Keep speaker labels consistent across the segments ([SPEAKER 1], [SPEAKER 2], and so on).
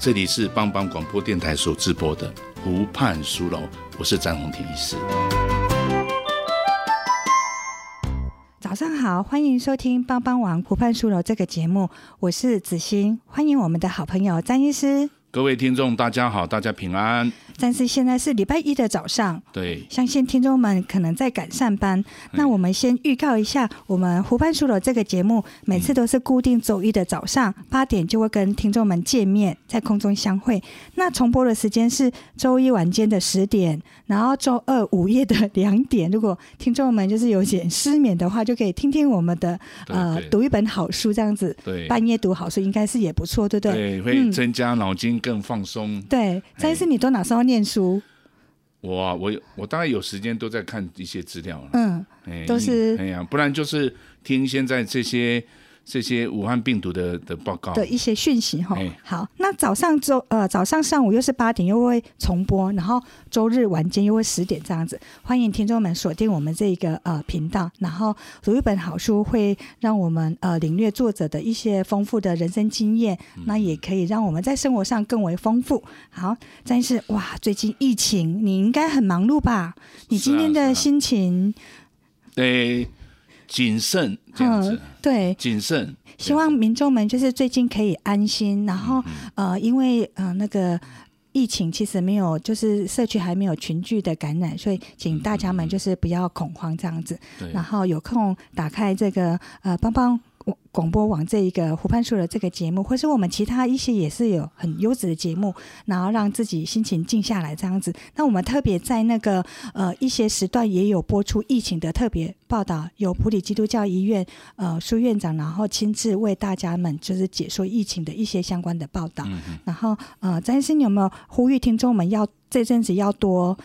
[SPEAKER 1] 这里是帮帮广播电台所直播的《湖畔书楼》，我是张宏庭医师。
[SPEAKER 2] 早上好，欢迎收听《帮帮网湖畔书楼》这个节目，我是子欣，欢迎我们的好朋友詹医师。
[SPEAKER 1] 各位听众，大家好，大家平安。
[SPEAKER 2] 但是现在是礼拜一的早上，
[SPEAKER 1] 对，
[SPEAKER 2] 相信听众们可能在赶上班。那我们先预告一下，我们湖畔书楼这个节目每次都是固定周一的早上八点就会跟听众们见面，在空中相会。那重播的时间是周一晚间的十点，然后周二午夜的两点。如果听众们就是有点失眠的话，就可以听听我们的
[SPEAKER 1] 对
[SPEAKER 2] 呃
[SPEAKER 1] 对
[SPEAKER 2] 读一本好书这样子。
[SPEAKER 1] 对，
[SPEAKER 2] 半夜读好书应该是也不错，对不对？
[SPEAKER 1] 对，哎会
[SPEAKER 2] 嗯
[SPEAKER 1] 增加脑筋更放松。
[SPEAKER 2] 对，但是你都哪时候念书？
[SPEAKER 1] 我啊我有我大概有时间都在看一些资料了。
[SPEAKER 2] 嗯，
[SPEAKER 1] 哎
[SPEAKER 2] 都是
[SPEAKER 1] 哎呀，不然就是听现在这些这些武汉病毒的的报告。
[SPEAKER 2] 的一些讯息哈
[SPEAKER 1] 哎。
[SPEAKER 2] 好，那早上周呃早上上午又是八点又会重播，然后周日晚间又会十点这样子。欢迎听众们锁定我们这个呃频道，然后读一本好书会让我们呃领略作者的一些丰富的人生经验，
[SPEAKER 1] 嗯
[SPEAKER 2] 那也可以让我们在生活上更为丰富。好，但是哇，最近疫情你应该很忙碌吧？你
[SPEAKER 1] 是啊
[SPEAKER 2] 今天
[SPEAKER 1] 是啊
[SPEAKER 2] 的心情？
[SPEAKER 1] 对，哎谨慎这样子
[SPEAKER 2] 嗯，对，
[SPEAKER 1] 谨慎。
[SPEAKER 2] 希望民众们就是最近可以安心，然后呃，因为呃那个疫情其实没有，就是社区还没有群聚的感染，所以请大家们就是不要恐慌这样子，
[SPEAKER 1] 对
[SPEAKER 2] 然后有空打开这个呃帮帮。广播网这一个湖畔树的这个节目，或是我们其他一些也是有很优质的节目，然后让自己心情静下来这样子。那我们特别在那个呃一些时段也有播出疫情的特别报道，有普里基督教医院呃苏院长，然后亲自为大家们就是解说疫情的一些相关的报道。
[SPEAKER 1] 嗯
[SPEAKER 2] 然后呃，詹医师，你有没有呼吁听众们要这阵子要多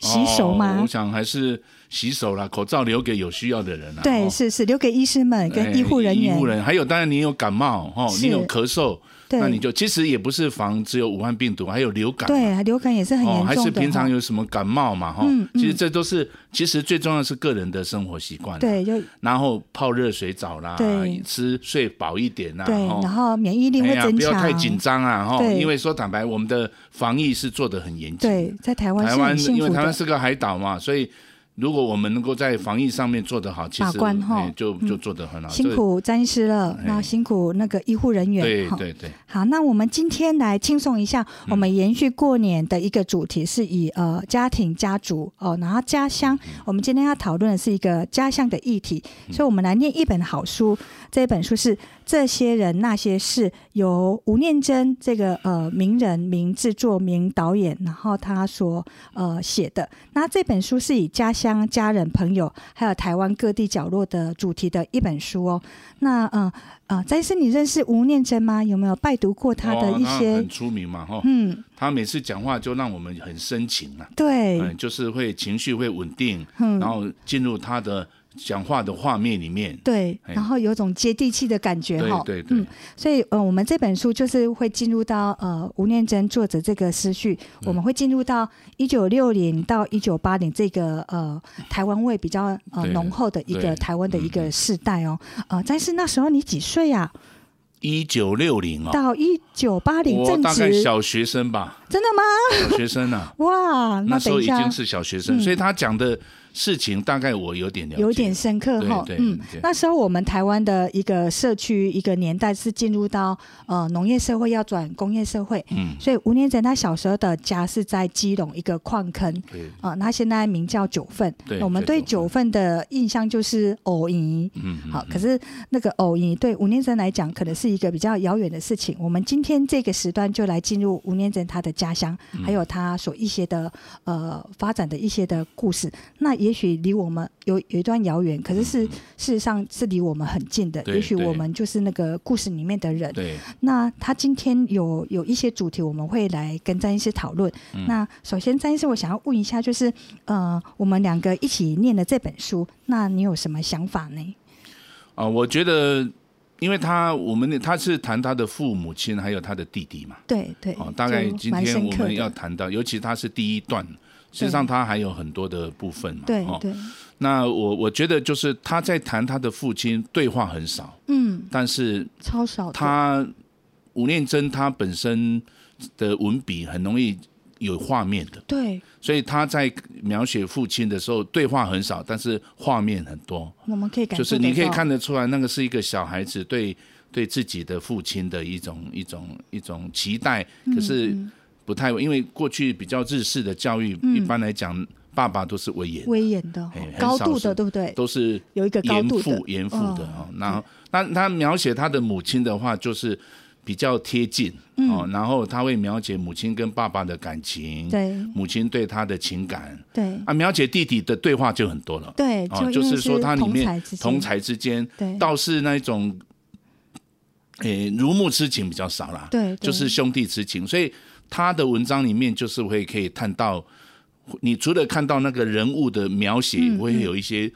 [SPEAKER 2] 洗手
[SPEAKER 1] 哦
[SPEAKER 2] 吗？
[SPEAKER 1] 我想还是洗手啦，口罩留给有需要的人啦。
[SPEAKER 2] 对，
[SPEAKER 1] 哦
[SPEAKER 2] 是是，留给医师们
[SPEAKER 1] 哎
[SPEAKER 2] 跟医护人员。
[SPEAKER 1] 医护人还有，当然你有感冒哦，
[SPEAKER 2] 是
[SPEAKER 1] 你有咳嗽，
[SPEAKER 2] 对，
[SPEAKER 1] 那你就其实也不是防只有武汉病毒，还有流感，
[SPEAKER 2] 对流感也是很
[SPEAKER 1] 哦，还
[SPEAKER 2] 严重
[SPEAKER 1] 是
[SPEAKER 2] 的、
[SPEAKER 1] 平常有什么感冒嘛哈
[SPEAKER 2] 嗯嗯。
[SPEAKER 1] 其实这都是，其实最重要的是个人的生活习惯。，
[SPEAKER 2] 对，就
[SPEAKER 1] 然后泡热水澡啦
[SPEAKER 2] 对，
[SPEAKER 1] 吃睡饱一点啦，
[SPEAKER 2] 对，
[SPEAKER 1] 哦
[SPEAKER 2] 然后免疫力
[SPEAKER 1] 哎
[SPEAKER 2] 会
[SPEAKER 1] 呀
[SPEAKER 2] 增
[SPEAKER 1] 不要
[SPEAKER 2] 强。
[SPEAKER 1] 太紧张啊，哈，
[SPEAKER 2] 对
[SPEAKER 1] 因为说坦白，我们的防疫是做得很严谨。
[SPEAKER 2] 对，在台湾
[SPEAKER 1] 台
[SPEAKER 2] 是很
[SPEAKER 1] 湾
[SPEAKER 2] 幸
[SPEAKER 1] 因为
[SPEAKER 2] 福
[SPEAKER 1] 台湾
[SPEAKER 2] 的。
[SPEAKER 1] 是个海岛嘛，所以如果我们能够在防疫上面做得好，其
[SPEAKER 2] 把
[SPEAKER 1] 实
[SPEAKER 2] 关哈
[SPEAKER 1] 哎就就做得很好。
[SPEAKER 2] 辛苦詹医师了，
[SPEAKER 1] 哎
[SPEAKER 2] 然后辛苦那个医护人
[SPEAKER 1] 所以。
[SPEAKER 2] 员。
[SPEAKER 1] 对
[SPEAKER 2] 哈。
[SPEAKER 1] 对嗯对，
[SPEAKER 2] 好，那我们今天来轻松一下，我们延续过年的一个主题是以呃家庭、家族哦，然后家乡。我们今天要讨论的是一个家乡的议题，
[SPEAKER 1] 嗯
[SPEAKER 2] 所以我们来念一本好书。这本书是《这些人那些事》，由吴念真这个呃名人、名制作、名导演，然后他所呃写的。那这本书是以家乡、家人、朋友，还有台湾各地角落的主题的一本书哦。那呃呃，詹医师，你认识吴念真吗？有没有拜读过他的
[SPEAKER 1] 哦
[SPEAKER 2] 一
[SPEAKER 1] 那
[SPEAKER 2] 些？
[SPEAKER 1] 很出名嘛，哈，
[SPEAKER 2] 嗯，
[SPEAKER 1] 他每次讲话就让我们很深情啊，
[SPEAKER 2] 对，
[SPEAKER 1] 嗯，就是会情绪会稳定，
[SPEAKER 2] 嗯
[SPEAKER 1] 然后进入他的讲话的画面里面。
[SPEAKER 2] 对，
[SPEAKER 1] 哎
[SPEAKER 2] 然后有种接地气的感觉
[SPEAKER 1] 对
[SPEAKER 2] 哈。
[SPEAKER 1] 对
[SPEAKER 2] 嗯
[SPEAKER 1] 对，
[SPEAKER 2] 所以呃，我们这本书就是会进入到呃吴念真作者这个思绪，
[SPEAKER 1] 嗯
[SPEAKER 2] 我们会进入到一九六零到一九八零这个呃台湾味比较呃
[SPEAKER 1] 对
[SPEAKER 2] 浓厚的一个
[SPEAKER 1] 对嗯
[SPEAKER 2] 台湾的一个世代哦。呃，但是那时候你几岁呀、
[SPEAKER 1] 一九六零哦，
[SPEAKER 2] 到一九八零
[SPEAKER 1] 我
[SPEAKER 2] 正
[SPEAKER 1] 大概
[SPEAKER 2] 值，
[SPEAKER 1] 小学生吧，
[SPEAKER 2] 真的吗？
[SPEAKER 1] 小学生 啊，
[SPEAKER 2] 哇，
[SPEAKER 1] 那时
[SPEAKER 2] 嗯等
[SPEAKER 1] 候
[SPEAKER 2] 一
[SPEAKER 1] 已
[SPEAKER 2] 下嗯
[SPEAKER 1] 经是小学生，所以他讲的事情大概我有点了解，
[SPEAKER 2] 有点深刻哈。
[SPEAKER 1] 对对
[SPEAKER 2] 嗯
[SPEAKER 1] 对，
[SPEAKER 2] 那时候我们台湾的一个社区一个年代是进入到呃农业社会要转工业社会，
[SPEAKER 1] 嗯，
[SPEAKER 2] 所以吴念真他小时候的家是在基隆一个矿坑。
[SPEAKER 1] 对，嗯
[SPEAKER 2] 啊、他现在名叫九份。
[SPEAKER 1] 对
[SPEAKER 2] 那我们对
[SPEAKER 1] 对
[SPEAKER 2] 九
[SPEAKER 1] 九
[SPEAKER 2] 份的印象就是偶姨。
[SPEAKER 1] 嗯，嗯
[SPEAKER 2] 好，可是那个偶姨对吴念真来讲，可能是一个比较遥远的事情。我们今天这个时段就来进入吴
[SPEAKER 1] 嗯
[SPEAKER 2] 念真他的家乡，还有他所一些的呃发展的一些的故事。那也许离我们有有一段遥远，可是是事实上是离我们很近的。
[SPEAKER 1] 嗯对
[SPEAKER 2] 也许
[SPEAKER 1] 对
[SPEAKER 2] 我们就是那个故事里面的人。
[SPEAKER 1] 对，
[SPEAKER 2] 那他今天有有一些主题，我们会来跟詹医师讨论。
[SPEAKER 1] 嗯
[SPEAKER 2] 那首先，詹医师，我想要问一下，就是呃，我们两个一起念的这本书，那你有什么想法呢？
[SPEAKER 1] 啊、我觉得，因为他我们他是谈他的父母亲还有他的弟弟嘛，
[SPEAKER 2] 对对，
[SPEAKER 1] 哦，大概
[SPEAKER 2] 就
[SPEAKER 1] 今
[SPEAKER 2] 蛮
[SPEAKER 1] 天
[SPEAKER 2] 深
[SPEAKER 1] 我
[SPEAKER 2] 刻的
[SPEAKER 1] 们要谈到，尤其他是第一段，事实上他还有很多的部分嘛，
[SPEAKER 2] 对
[SPEAKER 1] 哦，
[SPEAKER 2] 对，
[SPEAKER 1] 那我我觉得就是他在谈他的父亲，对话很少，
[SPEAKER 2] 嗯，
[SPEAKER 1] 但是
[SPEAKER 2] 超少的
[SPEAKER 1] 他吴念真他本身的文笔很容易有画面的，
[SPEAKER 2] 对，
[SPEAKER 1] 所以他在描写父亲的时候，对话很少，但是画面很多，
[SPEAKER 2] 我们可以感
[SPEAKER 1] 就
[SPEAKER 2] 受
[SPEAKER 1] 是
[SPEAKER 2] 得
[SPEAKER 1] 你可以
[SPEAKER 2] 到
[SPEAKER 1] 看得出来，那个是一个小孩子对对自己的父亲的一种一种一种期待，可是不太，因为过去比较日式的教育，一般来讲，爸爸都是威严，
[SPEAKER 2] 威严的
[SPEAKER 1] 哎、很
[SPEAKER 2] 高
[SPEAKER 1] 少
[SPEAKER 2] 度
[SPEAKER 1] 是
[SPEAKER 2] 的，对不对？
[SPEAKER 1] 都是
[SPEAKER 2] 有一个高
[SPEAKER 1] 严
[SPEAKER 2] 度的嗯
[SPEAKER 1] 父严父的哦。然后，那他描写他的母亲的话，就是比较贴近
[SPEAKER 2] 嗯
[SPEAKER 1] 哦。然后他会描写母亲跟爸爸的感情，
[SPEAKER 2] 对
[SPEAKER 1] 母亲对他的情感
[SPEAKER 2] 对
[SPEAKER 1] 啊，描写弟弟的对话就很多了。
[SPEAKER 2] 对，
[SPEAKER 1] 哦，
[SPEAKER 2] 因为
[SPEAKER 1] 是说它里
[SPEAKER 2] 同
[SPEAKER 1] 面
[SPEAKER 2] 才之间
[SPEAKER 1] 同才之间
[SPEAKER 2] 对
[SPEAKER 1] 倒是那一种，诶如沐之情比较少啦，
[SPEAKER 2] 对对
[SPEAKER 1] 就是兄弟之情，所以他的文章里面就是会可以看到，你除了看到那个人物的描写，
[SPEAKER 2] 嗯
[SPEAKER 1] 会有一些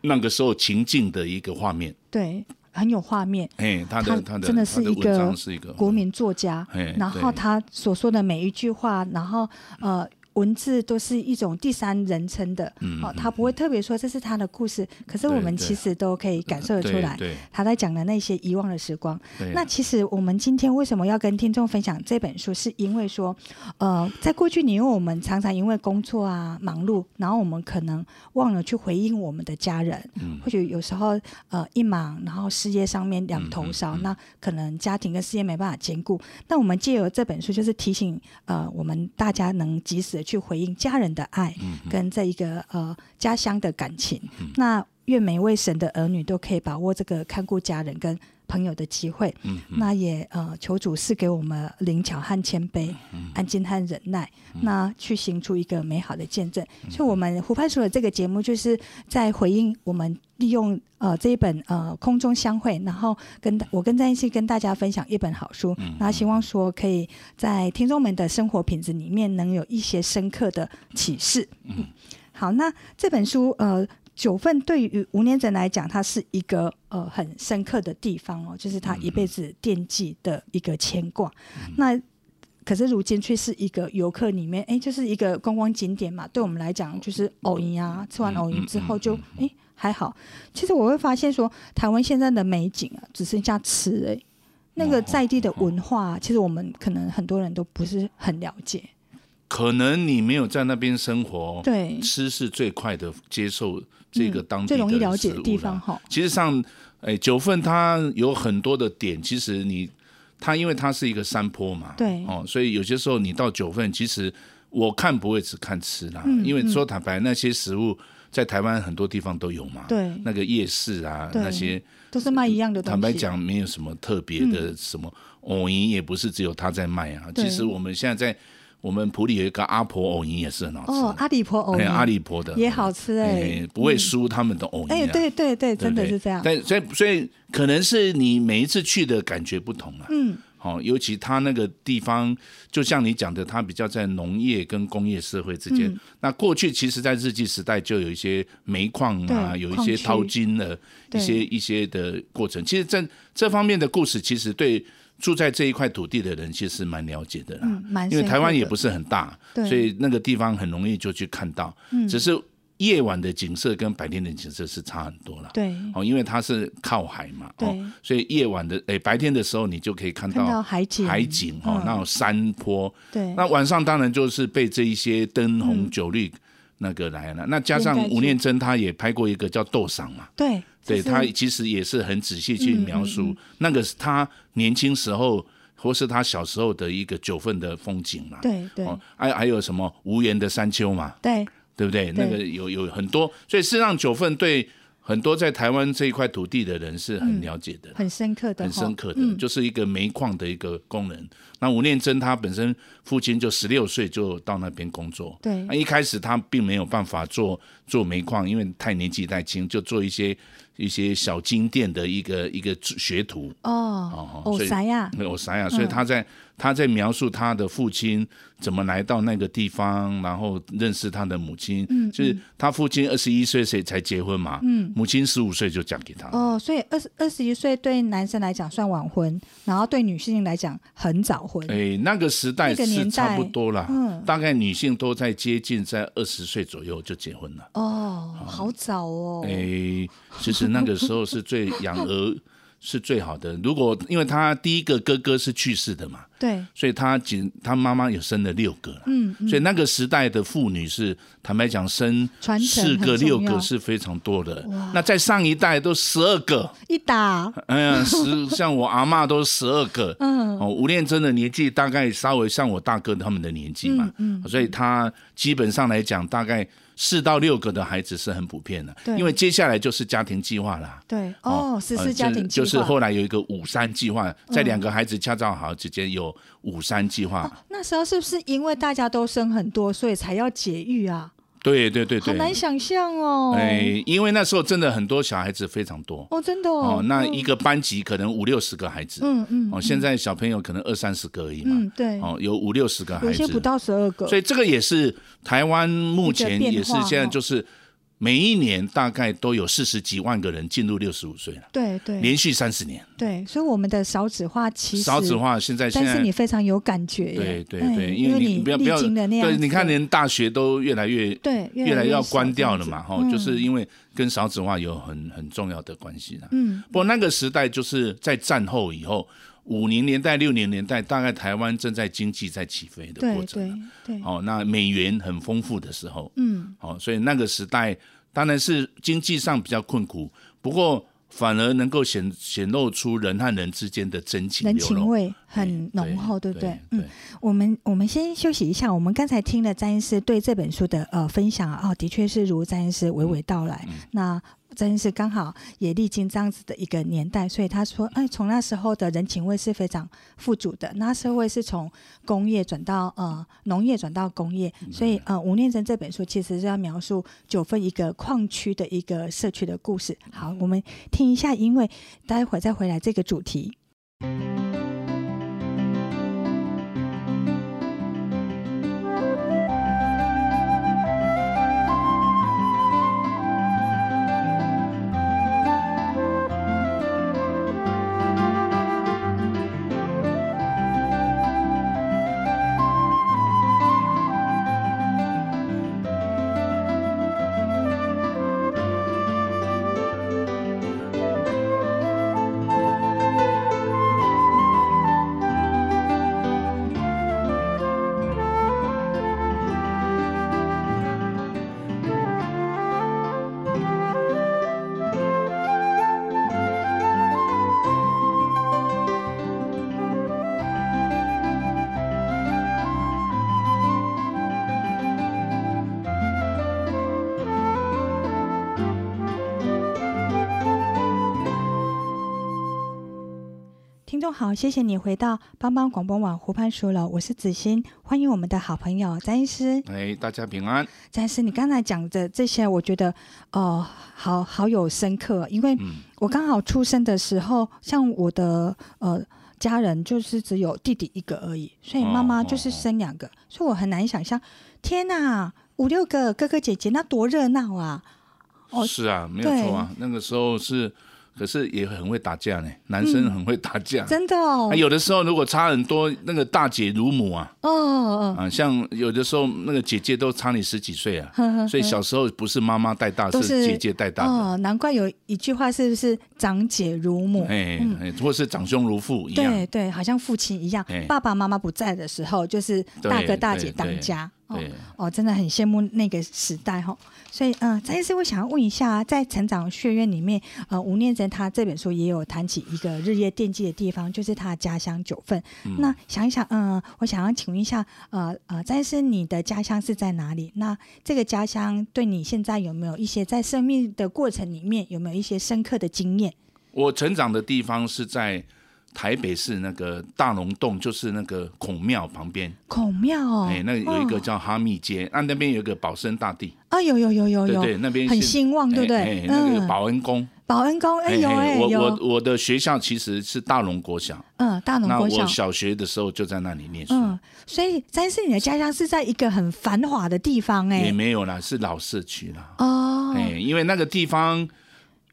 [SPEAKER 1] 那个时候情境的一个画面，
[SPEAKER 2] 对很有画面。
[SPEAKER 1] 哎，他的
[SPEAKER 2] 他
[SPEAKER 1] 他的
[SPEAKER 2] 真的
[SPEAKER 1] 他
[SPEAKER 2] 是
[SPEAKER 1] 的
[SPEAKER 2] 一个
[SPEAKER 1] 文章是一个
[SPEAKER 2] 国，民作家
[SPEAKER 1] 嘿，
[SPEAKER 2] 然后
[SPEAKER 1] 对
[SPEAKER 2] 他所说的每一句话，然后呃。文字都是一种第三人称的，哦，他不会特别说这是他的故事，可是我
[SPEAKER 1] 嗯对
[SPEAKER 2] 们
[SPEAKER 1] 对
[SPEAKER 2] 其实都可以感受得出
[SPEAKER 1] 对
[SPEAKER 2] 来
[SPEAKER 1] 对，
[SPEAKER 2] 他在讲的那些遗忘的时光。
[SPEAKER 1] 对
[SPEAKER 2] 那其实我们今天为什么要跟听众分享这本书，是因为说，呃，在过去，你因为我们常常因为工作啊忙碌，然后我们可能忘了去回应我们的家人，或许有时候呃一忙，然后事业上面两头烧，那可能家庭跟事业没办法兼顾。那我们借由这本书，就是提醒呃我们大家能及时的去回应家人的爱，跟这一个呃家乡的感情。那愿每位神的儿女都可以把握这个看顾家人跟朋友的机会。那也呃求主赐给我们灵巧和谦卑、安静和忍耐，那去行出一个美好的见证。所以，我们湖畔书的这个节目就是在回应我们利用呃这一本呃空中相会，然后跟我跟在一起跟大家分享一本好书，那希望说可以在听众们的生活品质里面能有一些深刻的启示。嗯，好，那这本书呃。九份对于吴念真来讲，它是一个呃很深刻的地方哦，就是他一辈子惦记的一个牵挂。那可是如今却是一个游客里面，哎，就是一个观光景点嘛。对我们来讲，就是藕银啊，吃完藕银之后就哎还好。其实我会发现说，台湾现在的美景啊，只剩下吃哎、那
[SPEAKER 1] 哦
[SPEAKER 2] 个在地的文化、啊
[SPEAKER 1] 嗯
[SPEAKER 2] 其实我们可能很多人都不是很了解。
[SPEAKER 1] 可能你没有在那边生活，
[SPEAKER 2] 对，嗯
[SPEAKER 1] 吃是最快的接受这个当地
[SPEAKER 2] 最容易
[SPEAKER 1] 的
[SPEAKER 2] 了解的
[SPEAKER 1] 食物
[SPEAKER 2] 地
[SPEAKER 1] 啦
[SPEAKER 2] 方哈。
[SPEAKER 1] 其实上，哎，九份它有很多的点，其实你它因为它是一个山坡嘛，
[SPEAKER 2] 对
[SPEAKER 1] 哦，所以有些时候你到九份，其实我看不会只看吃啦，
[SPEAKER 2] 嗯
[SPEAKER 1] 因为说坦白，那些食物在台湾很多地方都有嘛，，
[SPEAKER 2] 对，
[SPEAKER 1] 那个夜市啊
[SPEAKER 2] 对
[SPEAKER 1] 那些，
[SPEAKER 2] 都是卖一样的东西。
[SPEAKER 1] 坦白，讲没有什么特别的什么，藕银也不是只有它在卖啊，
[SPEAKER 2] 嗯对
[SPEAKER 1] 其实我们现在在我们埔里有一个阿婆藕银也是很好吃
[SPEAKER 2] 哦，
[SPEAKER 1] 的，
[SPEAKER 2] 阿里婆藕
[SPEAKER 1] 还
[SPEAKER 2] 泥
[SPEAKER 1] 有阿里婆的
[SPEAKER 2] 也好吃哎、
[SPEAKER 1] 哎，不会输他们的藕银、啊，
[SPEAKER 2] 哎、对对对，真的是这样。
[SPEAKER 1] 对不对但所以所以可能是你每一次去的感觉不同了、
[SPEAKER 2] 嗯，
[SPEAKER 1] 好、尤其它那个地方，就像你讲的，它比较在农业跟工业社会之间。
[SPEAKER 2] 嗯
[SPEAKER 1] 那过去其实，在日记时代就有一些煤矿啊，
[SPEAKER 2] 对
[SPEAKER 1] 有一些淘金的
[SPEAKER 2] 对
[SPEAKER 1] 一些一些的过程。其实这这方面的故事，其实对住在这一块土地的人，其实蛮了解的啦。
[SPEAKER 2] 嗯蛮
[SPEAKER 1] 因为
[SPEAKER 2] 深
[SPEAKER 1] 台湾
[SPEAKER 2] 刻
[SPEAKER 1] 也
[SPEAKER 2] 的
[SPEAKER 1] 不是很大，
[SPEAKER 2] 对嗯
[SPEAKER 1] 所以那个地方很容易就去看到。只是夜晚的景色跟白天的景色是差很多了。
[SPEAKER 2] 对，
[SPEAKER 1] 哦，因为它是靠海嘛，
[SPEAKER 2] 嗯对
[SPEAKER 1] 哦，所以夜晚的诶白天的时候，你就可以看
[SPEAKER 2] 看到
[SPEAKER 1] 到
[SPEAKER 2] 海景，
[SPEAKER 1] 海景哦
[SPEAKER 2] 嗯，
[SPEAKER 1] 那种山坡。
[SPEAKER 2] 对，
[SPEAKER 1] 哦
[SPEAKER 2] 嗯
[SPEAKER 1] 那晚上当然就是被这一些灯红酒绿那个来了。那加上
[SPEAKER 2] 掩盖住
[SPEAKER 1] 吴念真，他也拍过一个叫《斗赏》嘛，
[SPEAKER 2] 对，
[SPEAKER 1] 对
[SPEAKER 2] 就是嗯
[SPEAKER 1] 他其实也是很仔细去描述那个是他年轻时候或是他小时候的一个九份的风景嘛。
[SPEAKER 2] 对对、
[SPEAKER 1] 哦，还还有什么无言的山丘嘛，
[SPEAKER 2] 对，
[SPEAKER 1] 对不对？
[SPEAKER 2] 对
[SPEAKER 1] 那个有有很多，所以是让九份对很多在台湾这一块土地的人是很了解的，
[SPEAKER 2] 嗯很深刻的哈，
[SPEAKER 1] 很深刻的，
[SPEAKER 2] 嗯
[SPEAKER 1] 就是一个煤矿的一个工人。那吴念真他本身父亲就十六岁就到那边工作，
[SPEAKER 2] 对
[SPEAKER 1] 那一开始他并没有办法做做煤矿，因为太年纪太轻，就做一些一些小金店的一个一个学徒。
[SPEAKER 2] 哦
[SPEAKER 1] 哦，
[SPEAKER 2] 哦
[SPEAKER 1] 所以
[SPEAKER 2] 啥呀？
[SPEAKER 1] 没 有
[SPEAKER 2] 嗯
[SPEAKER 1] 啥呀，所以他在、他在描述他的父亲怎么来到那个地方，然后认识他的母亲。嗯，就是他父亲二十一岁才才结婚嘛，嗯，母亲十五岁就嫁给他。
[SPEAKER 2] 哦，所以二十二十一岁对男生来讲算晚婚，然后对女性来讲很早婚。
[SPEAKER 1] 哎，那个时代
[SPEAKER 2] 那个
[SPEAKER 1] 是
[SPEAKER 2] 年代
[SPEAKER 1] 差不多啦，
[SPEAKER 2] 嗯
[SPEAKER 1] 大概女性都在接近在二十岁左右就结婚了。
[SPEAKER 2] 哦，好早哦。
[SPEAKER 1] 哎，其实那个时候是最养儿 是最好的。如果因为他第一个哥哥是去世的嘛，
[SPEAKER 2] 对，
[SPEAKER 1] 所以他仅他妈妈有生了六个啦
[SPEAKER 2] 嗯，嗯
[SPEAKER 1] 所以那个时代的妇女是坦白讲生
[SPEAKER 2] 传承
[SPEAKER 1] 四
[SPEAKER 2] 很重
[SPEAKER 1] 个
[SPEAKER 2] 要
[SPEAKER 1] 六个是非常多的，那在上一代都十二个，
[SPEAKER 2] 一打
[SPEAKER 1] 哎呀， 十像我阿嬷都十二个，嗯，哦，吴念真的年纪大概稍微像我大哥他们的年纪嘛，嗯，所以他基本上来讲大概四到六个的孩子是很普遍的，
[SPEAKER 2] 对
[SPEAKER 1] 因为接下来就是家庭计划啦。
[SPEAKER 2] 对哦，十四
[SPEAKER 1] 呃
[SPEAKER 2] 家庭计
[SPEAKER 1] 就就
[SPEAKER 2] 划嗯
[SPEAKER 1] 是后来有一个五三计划，在两个孩子恰到好之间有五三计划，
[SPEAKER 2] 那时候是不是因为大家都生很多，所以才要节育啊？
[SPEAKER 1] 对对对
[SPEAKER 2] 好
[SPEAKER 1] 对，
[SPEAKER 2] 难想象哦。
[SPEAKER 1] 哎，因为那时候真的很多小孩子非常多
[SPEAKER 2] 哦，真的哦
[SPEAKER 1] 哦，。那一个班级可能五六十个孩子，
[SPEAKER 2] 嗯嗯
[SPEAKER 1] 哦，现在小朋友可能二三十个而已嘛
[SPEAKER 2] 嗯，，对，
[SPEAKER 1] 哦，有五六十个孩
[SPEAKER 2] 有
[SPEAKER 1] 子
[SPEAKER 2] 些，不到十二个
[SPEAKER 1] 所。以这个也是台湾目前也是现在就是每一年大概都有四十几万个人进入六十五岁了，
[SPEAKER 2] 对对
[SPEAKER 1] 连续三十年，
[SPEAKER 2] 对，所以我们的少子化其实
[SPEAKER 1] 少子化现在现
[SPEAKER 2] 但是你
[SPEAKER 1] 在。
[SPEAKER 2] 非常有感觉
[SPEAKER 1] 对
[SPEAKER 2] 耶，
[SPEAKER 1] 对
[SPEAKER 2] 哎
[SPEAKER 1] 对，
[SPEAKER 2] 因
[SPEAKER 1] 为
[SPEAKER 2] 你
[SPEAKER 1] 不要不
[SPEAKER 2] 历
[SPEAKER 1] 要，
[SPEAKER 2] 经了那样
[SPEAKER 1] 对，
[SPEAKER 2] 子，
[SPEAKER 1] 你看连大学都越来越
[SPEAKER 2] 对
[SPEAKER 1] 越来越要
[SPEAKER 2] 少
[SPEAKER 1] 关掉
[SPEAKER 2] 这
[SPEAKER 1] 了
[SPEAKER 2] 样
[SPEAKER 1] 嘛，
[SPEAKER 2] 子
[SPEAKER 1] 哈、
[SPEAKER 2] 嗯
[SPEAKER 1] 就是因为跟少子化有很很重要的关系啦。
[SPEAKER 2] 嗯，
[SPEAKER 1] 不过那个时代就是在战后以后，五零年代、六零年代，大概台湾正在经济在起飞的过
[SPEAKER 2] 对
[SPEAKER 1] 程啊。
[SPEAKER 2] 对对，
[SPEAKER 1] 哦，那美元很丰富的时候，
[SPEAKER 2] 嗯，
[SPEAKER 1] 哦，所以那个时代当然是经济上比较困苦，不过反而能够显显露出人和人之间的真情
[SPEAKER 2] 人
[SPEAKER 1] 流
[SPEAKER 2] 情
[SPEAKER 1] 露，哎
[SPEAKER 2] 味很浓厚，对
[SPEAKER 1] 对
[SPEAKER 2] 不对？
[SPEAKER 1] 对
[SPEAKER 2] 嗯，我们我们先休息一下。我们刚才听了詹医师对这本书的呃分享啊，哦，的确是如詹医师娓娓道来。那詹医师刚好也历经这样子的一个年代，所以他说，哎，从那时候的人情味是非常富足的。那社会是从工业转到呃农业转到工业，所以呃吴念真这本书其实是要描述九份一个矿区的一个社区的故事。好，我们听一下，因为待会儿再回来这个主题。听众好，谢谢你回到帮帮广播网湖畔书楼，我是子欣，欢迎我们的好朋友詹医师。
[SPEAKER 1] 哎，大家平安。
[SPEAKER 2] 詹医师，你刚才讲的这些，我觉得哦、呃好好有深刻，因为
[SPEAKER 1] 嗯
[SPEAKER 2] 我刚好出生的时候，像我的呃家人就是只有弟弟一个而已，所以妈妈就是生两
[SPEAKER 1] 哦
[SPEAKER 2] 个，所以我很难想象，天哪，五六个哥哥姐姐，那多热闹啊！哦
[SPEAKER 1] 是啊，没有错啊，那个时候是，可是也很会打架呢，男生很会打架。
[SPEAKER 2] 真的哦
[SPEAKER 1] 啊，，有的时候如果差很多，那个大姐如母啊，
[SPEAKER 2] 哦哦，哦
[SPEAKER 1] 啊，像有的时候那个姐姐都差你十几岁啊，
[SPEAKER 2] 呵呵呵
[SPEAKER 1] 所以小时候不是妈妈带大，
[SPEAKER 2] 都是
[SPEAKER 1] 姐姐带大的，
[SPEAKER 2] 哦，难怪有一句话是不是“长姐如母”？
[SPEAKER 1] 哎，哎或是长兄如父一样，
[SPEAKER 2] 对对，好像父亲一样
[SPEAKER 1] 哎，
[SPEAKER 2] 爸爸妈妈不在的时候，就是大
[SPEAKER 1] 对
[SPEAKER 2] 哥大姐
[SPEAKER 1] 对
[SPEAKER 2] 当
[SPEAKER 1] 对
[SPEAKER 2] 家。
[SPEAKER 1] 对，
[SPEAKER 2] 哦，真的很羡慕那个时代哈、所以，呃，张医师，我想要问一下，在成长学院里面，呃，吴念真他这本书也有谈起一个日夜惦记的地方，就是他的家乡九份。那想一想，嗯、我想要请问一下，呃呃，张医师，你的家乡是在哪里？那这个家乡对你现在有没有一些在生命的过程里面有没有一些深刻的经验？
[SPEAKER 1] 我成长的地方是在台北市那个大龙洞，就是那个孔庙旁边，
[SPEAKER 2] 孔庙哦，
[SPEAKER 1] 哎，那个有一个
[SPEAKER 2] 哦
[SPEAKER 1] 叫哈密街，啊，那边有一个保生大帝，
[SPEAKER 2] 啊，有有有有
[SPEAKER 1] 对
[SPEAKER 2] 有，
[SPEAKER 1] 对，那边
[SPEAKER 2] 很
[SPEAKER 1] 是
[SPEAKER 2] 兴旺，对不
[SPEAKER 1] 哎
[SPEAKER 2] 对
[SPEAKER 1] 哎？那个
[SPEAKER 2] 嗯，
[SPEAKER 1] 保恩宫，
[SPEAKER 2] 保安宫，哎有哎
[SPEAKER 1] 我
[SPEAKER 2] 有，
[SPEAKER 1] 我我的学校其实是大龙国小，
[SPEAKER 2] 嗯，大农
[SPEAKER 1] 那
[SPEAKER 2] 国
[SPEAKER 1] 我
[SPEAKER 2] 小。
[SPEAKER 1] 小学的时候就在那里念书，
[SPEAKER 2] 嗯，所以但是你的家乡是在一个很繁华的地方哎、
[SPEAKER 1] 也没有啦，是老社区啦，
[SPEAKER 2] 哦，
[SPEAKER 1] 哎，因为那个地方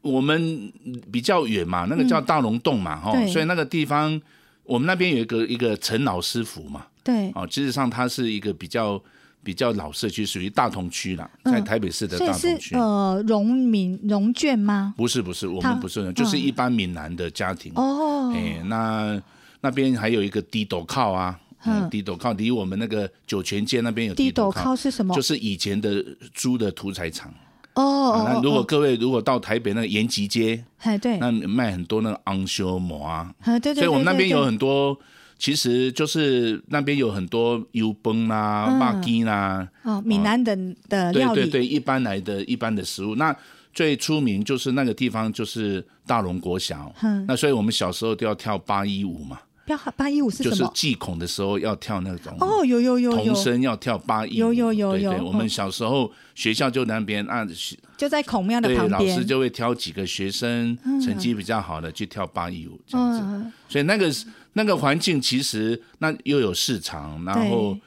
[SPEAKER 1] 我们比较远嘛，那个叫大龙洞嘛，哈，
[SPEAKER 2] 嗯对
[SPEAKER 1] 所以那个地方我们那边有一个一个陈老师傅嘛，
[SPEAKER 2] 对，
[SPEAKER 1] 哦，事实上它是一个比较比较老社区，属于大同区啦，
[SPEAKER 2] 嗯
[SPEAKER 1] 在台北市的
[SPEAKER 2] 所
[SPEAKER 1] 大
[SPEAKER 2] 以
[SPEAKER 1] 同
[SPEAKER 2] 是
[SPEAKER 1] 区。
[SPEAKER 2] 呃农民农眷吗？
[SPEAKER 1] 不是不是，我
[SPEAKER 2] 他嗯
[SPEAKER 1] 们不是，就是一般闽南的家庭。
[SPEAKER 2] 哦，
[SPEAKER 1] 哎，那那边还有一个低斗靠啊，
[SPEAKER 2] 嗯
[SPEAKER 1] 嗯，低斗靠离我们那个酒泉街那边有
[SPEAKER 2] 地
[SPEAKER 1] 低斗
[SPEAKER 2] 斗
[SPEAKER 1] 靠
[SPEAKER 2] 靠，是什么？
[SPEAKER 1] 就是以前的猪的屠宰场。
[SPEAKER 2] 哦哦，
[SPEAKER 1] 啊那如
[SPEAKER 2] 哦
[SPEAKER 1] 果
[SPEAKER 2] 哦
[SPEAKER 1] 各位如果到台北那个延吉街，
[SPEAKER 2] 哎对，
[SPEAKER 1] 那卖很多那个昂修馍啊，
[SPEAKER 2] 哎对
[SPEAKER 1] 所
[SPEAKER 2] 对，
[SPEAKER 1] 以我们
[SPEAKER 2] 对
[SPEAKER 1] 那边
[SPEAKER 2] 对
[SPEAKER 1] 有很多。其实就是那边有很多油崩啊啦、
[SPEAKER 2] 嗯
[SPEAKER 1] 麻鸡啦，
[SPEAKER 2] 哦闽南的的
[SPEAKER 1] 啊对
[SPEAKER 2] 料理，
[SPEAKER 1] 对对，一般来的一般的食物。那最出名就是那个地方就是大龙国小，
[SPEAKER 2] 嗯
[SPEAKER 1] 那所以我们小时候都要跳八一舞嘛，
[SPEAKER 2] 标八一五是
[SPEAKER 1] 就
[SPEAKER 2] 什
[SPEAKER 1] 是
[SPEAKER 2] 么？
[SPEAKER 1] 祭孔的时候要跳那种
[SPEAKER 2] 哦，有有有
[SPEAKER 1] 童
[SPEAKER 2] 有，
[SPEAKER 1] 声要跳八一舞，
[SPEAKER 2] 有有有
[SPEAKER 1] 对
[SPEAKER 2] 有
[SPEAKER 1] 对
[SPEAKER 2] 嗯
[SPEAKER 1] 我们小时候学校就那边啊，学
[SPEAKER 2] 就在孔庙的
[SPEAKER 1] 对，
[SPEAKER 2] 旁
[SPEAKER 1] 老
[SPEAKER 2] 边
[SPEAKER 1] 师。就会挑几个学生成绩比较好的去跳八一舞这样子，
[SPEAKER 2] 嗯，
[SPEAKER 1] 所以那个那个环境其实那又有市场，然后
[SPEAKER 2] 对。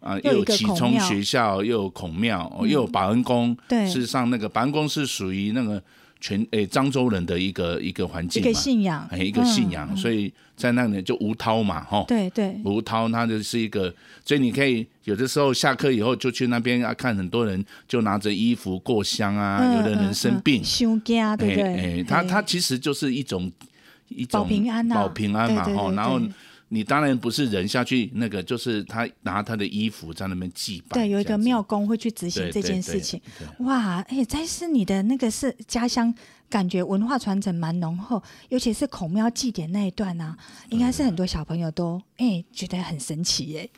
[SPEAKER 1] 啊，
[SPEAKER 2] 又
[SPEAKER 1] 又
[SPEAKER 2] 有一
[SPEAKER 1] 有
[SPEAKER 2] 个
[SPEAKER 1] 启
[SPEAKER 2] 孔
[SPEAKER 1] 聪
[SPEAKER 2] 庙
[SPEAKER 1] 学校，又有孔庙，哦又有保恩宫。
[SPEAKER 2] 嗯对
[SPEAKER 1] 事实上，那个保恩宫是属于那个全诶漳州人的一个一个环
[SPEAKER 2] 一
[SPEAKER 1] 境嘛，
[SPEAKER 2] 个信仰，
[SPEAKER 1] 哎，一个信
[SPEAKER 2] 嗯，
[SPEAKER 1] 仰，所以在那里就吴涛嘛，哈，
[SPEAKER 2] 对对，
[SPEAKER 1] 吴涛他就是一个，所以你可以有的时候下课以后就去那边啊，看很多人就拿着衣服过香啊，有的人生病，
[SPEAKER 2] 休假嗯对不
[SPEAKER 1] 哎
[SPEAKER 2] 对？
[SPEAKER 1] 哎，他
[SPEAKER 2] 哎
[SPEAKER 1] 他其实就是一种一种
[SPEAKER 2] 保平安呐啊
[SPEAKER 1] 保平安嘛
[SPEAKER 2] 对对对
[SPEAKER 1] 哈，
[SPEAKER 2] 对
[SPEAKER 1] 然后。你当然不是人下去，那个就是他拿他的衣服在那边祭拜。
[SPEAKER 2] 对，有一
[SPEAKER 1] 这
[SPEAKER 2] 个
[SPEAKER 1] 样子
[SPEAKER 2] 庙公会去执行
[SPEAKER 1] 对对
[SPEAKER 2] 这件
[SPEAKER 1] 对
[SPEAKER 2] 事情。
[SPEAKER 1] 对
[SPEAKER 2] 哇，哎、但是你的那个是家乡，感觉文化传承蛮浓厚，尤其是孔庙祭典那一段啊，
[SPEAKER 1] 嗯
[SPEAKER 2] 应该是很多小朋友都哎、觉得很神奇耶、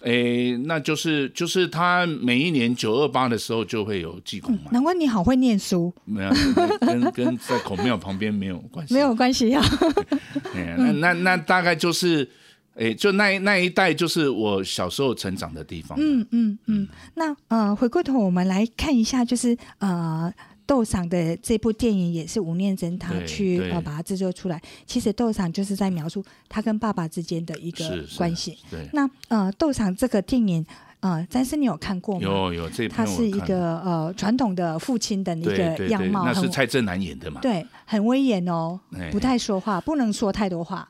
[SPEAKER 1] 诶，那就是就是他每一年九二八的时候就会有祭孔嘛，
[SPEAKER 2] 难怪你好会念书，
[SPEAKER 1] 没有跟跟跟在孔庙旁边没有关系，
[SPEAKER 2] 没有关系啊。
[SPEAKER 1] 哎，那那那大概就是，哎，就那一那一带就是我小时候成长的地方。
[SPEAKER 2] 嗯嗯嗯。那呃，回过头我们来看一下，就是呃。豆赏的这部电影也是吴念真他
[SPEAKER 1] 对
[SPEAKER 2] 去
[SPEAKER 1] 对
[SPEAKER 2] 呃把它制作出来。其实豆赏就是在描述他跟爸爸之间的一个
[SPEAKER 1] 是是
[SPEAKER 2] 关系。
[SPEAKER 1] 对，
[SPEAKER 2] 那呃，豆场这个电影，呃，詹师你有看过吗？
[SPEAKER 1] 有有这
[SPEAKER 2] 它
[SPEAKER 1] 篇
[SPEAKER 2] 是
[SPEAKER 1] 我
[SPEAKER 2] 一
[SPEAKER 1] 看了，
[SPEAKER 2] 个呃传统的父亲的一
[SPEAKER 1] 对
[SPEAKER 2] 个
[SPEAKER 1] 对
[SPEAKER 2] 样
[SPEAKER 1] 对，
[SPEAKER 2] 貌，
[SPEAKER 1] 那是
[SPEAKER 2] 很
[SPEAKER 1] 蔡正南演的嘛。
[SPEAKER 2] 对，很威严哦，
[SPEAKER 1] 哎
[SPEAKER 2] 不太说话，不能说太多话。，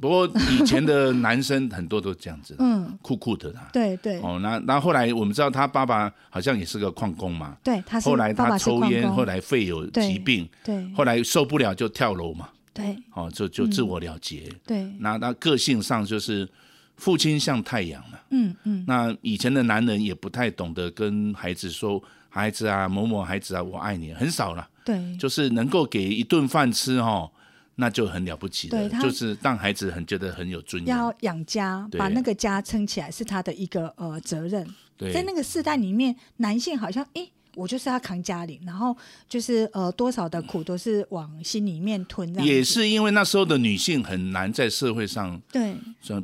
[SPEAKER 1] 不过以前的男生很多都这样子
[SPEAKER 2] 嗯，
[SPEAKER 1] 酷酷的啦。
[SPEAKER 2] 对对
[SPEAKER 1] 哦，那那后来我们知道他爸爸好像也是个矿工嘛，
[SPEAKER 2] 对，他是
[SPEAKER 1] 后来
[SPEAKER 2] 爸
[SPEAKER 1] 他
[SPEAKER 2] 爸是
[SPEAKER 1] 抽
[SPEAKER 2] 矿
[SPEAKER 1] 烟，
[SPEAKER 2] 工
[SPEAKER 1] 后来肺有
[SPEAKER 2] 对
[SPEAKER 1] 疾病，
[SPEAKER 2] 对
[SPEAKER 1] 后来受不了就跳楼嘛，
[SPEAKER 2] 对
[SPEAKER 1] 哦，就就
[SPEAKER 2] 嗯
[SPEAKER 1] 自我了结。
[SPEAKER 2] 对，
[SPEAKER 1] 那那个性上就是父亲像太阳嘛。
[SPEAKER 2] 嗯嗯
[SPEAKER 1] 那以前的男人也不太懂得跟孩子说，孩子啊，某某孩子啊，我爱你，很少了。
[SPEAKER 2] 对
[SPEAKER 1] 就是能够给一顿饭吃哦，那就很了不起
[SPEAKER 2] 对
[SPEAKER 1] 了，
[SPEAKER 2] 他
[SPEAKER 1] 就是让孩子很觉得很有尊
[SPEAKER 2] 要
[SPEAKER 1] 严。
[SPEAKER 2] 养家，
[SPEAKER 1] 对
[SPEAKER 2] 把那个家撑起来是他的一个呃责任。
[SPEAKER 1] 对，
[SPEAKER 2] 在那个世代里面，男性好像诶，我就是要扛家里，然后就是呃多少的苦都是往心里面吞这样子。
[SPEAKER 1] 也是因为那时候的女性很难在社会上，
[SPEAKER 2] 对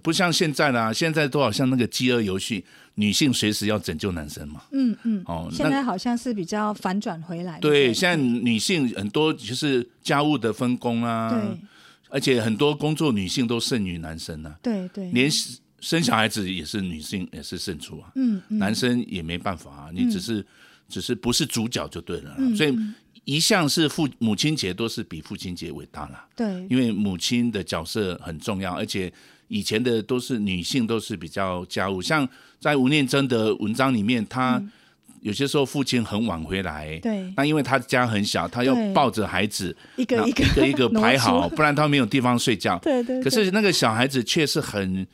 [SPEAKER 1] 不像现在啦，现在都好像那个饥饿游戏，女性随时要拯救男生嘛。
[SPEAKER 2] 嗯嗯，
[SPEAKER 1] 哦
[SPEAKER 2] 现
[SPEAKER 1] 那
[SPEAKER 2] 在好像是比较反转回来。
[SPEAKER 1] 对，现在女性很多就是家务的分工啊
[SPEAKER 2] 对，
[SPEAKER 1] 而且很多工作女性都胜于男生啊。
[SPEAKER 2] 对对，
[SPEAKER 1] 连生小孩子也是女性也是胜出啊，
[SPEAKER 2] 嗯嗯
[SPEAKER 1] 男生也没办法啊，你只是、只是不是主角就对了啦，
[SPEAKER 2] 嗯
[SPEAKER 1] 所以一向是父母亲节都是比父亲节伟大啦，
[SPEAKER 2] 对
[SPEAKER 1] 因为母亲的角色很重要，而且以前的都是女性都是比较家务，像在吴念真的文章里面，她有些时候父亲很晚回来，
[SPEAKER 2] 嗯对
[SPEAKER 1] 那因为他家很小，他要
[SPEAKER 2] 对
[SPEAKER 1] 抱着孩子，
[SPEAKER 2] 一个
[SPEAKER 1] 那
[SPEAKER 2] 一个
[SPEAKER 1] 一 个一个
[SPEAKER 2] 挪
[SPEAKER 1] 排
[SPEAKER 2] 出
[SPEAKER 1] 好，不然他没有地方睡觉。
[SPEAKER 2] 对对
[SPEAKER 1] 可是那个小孩子却是很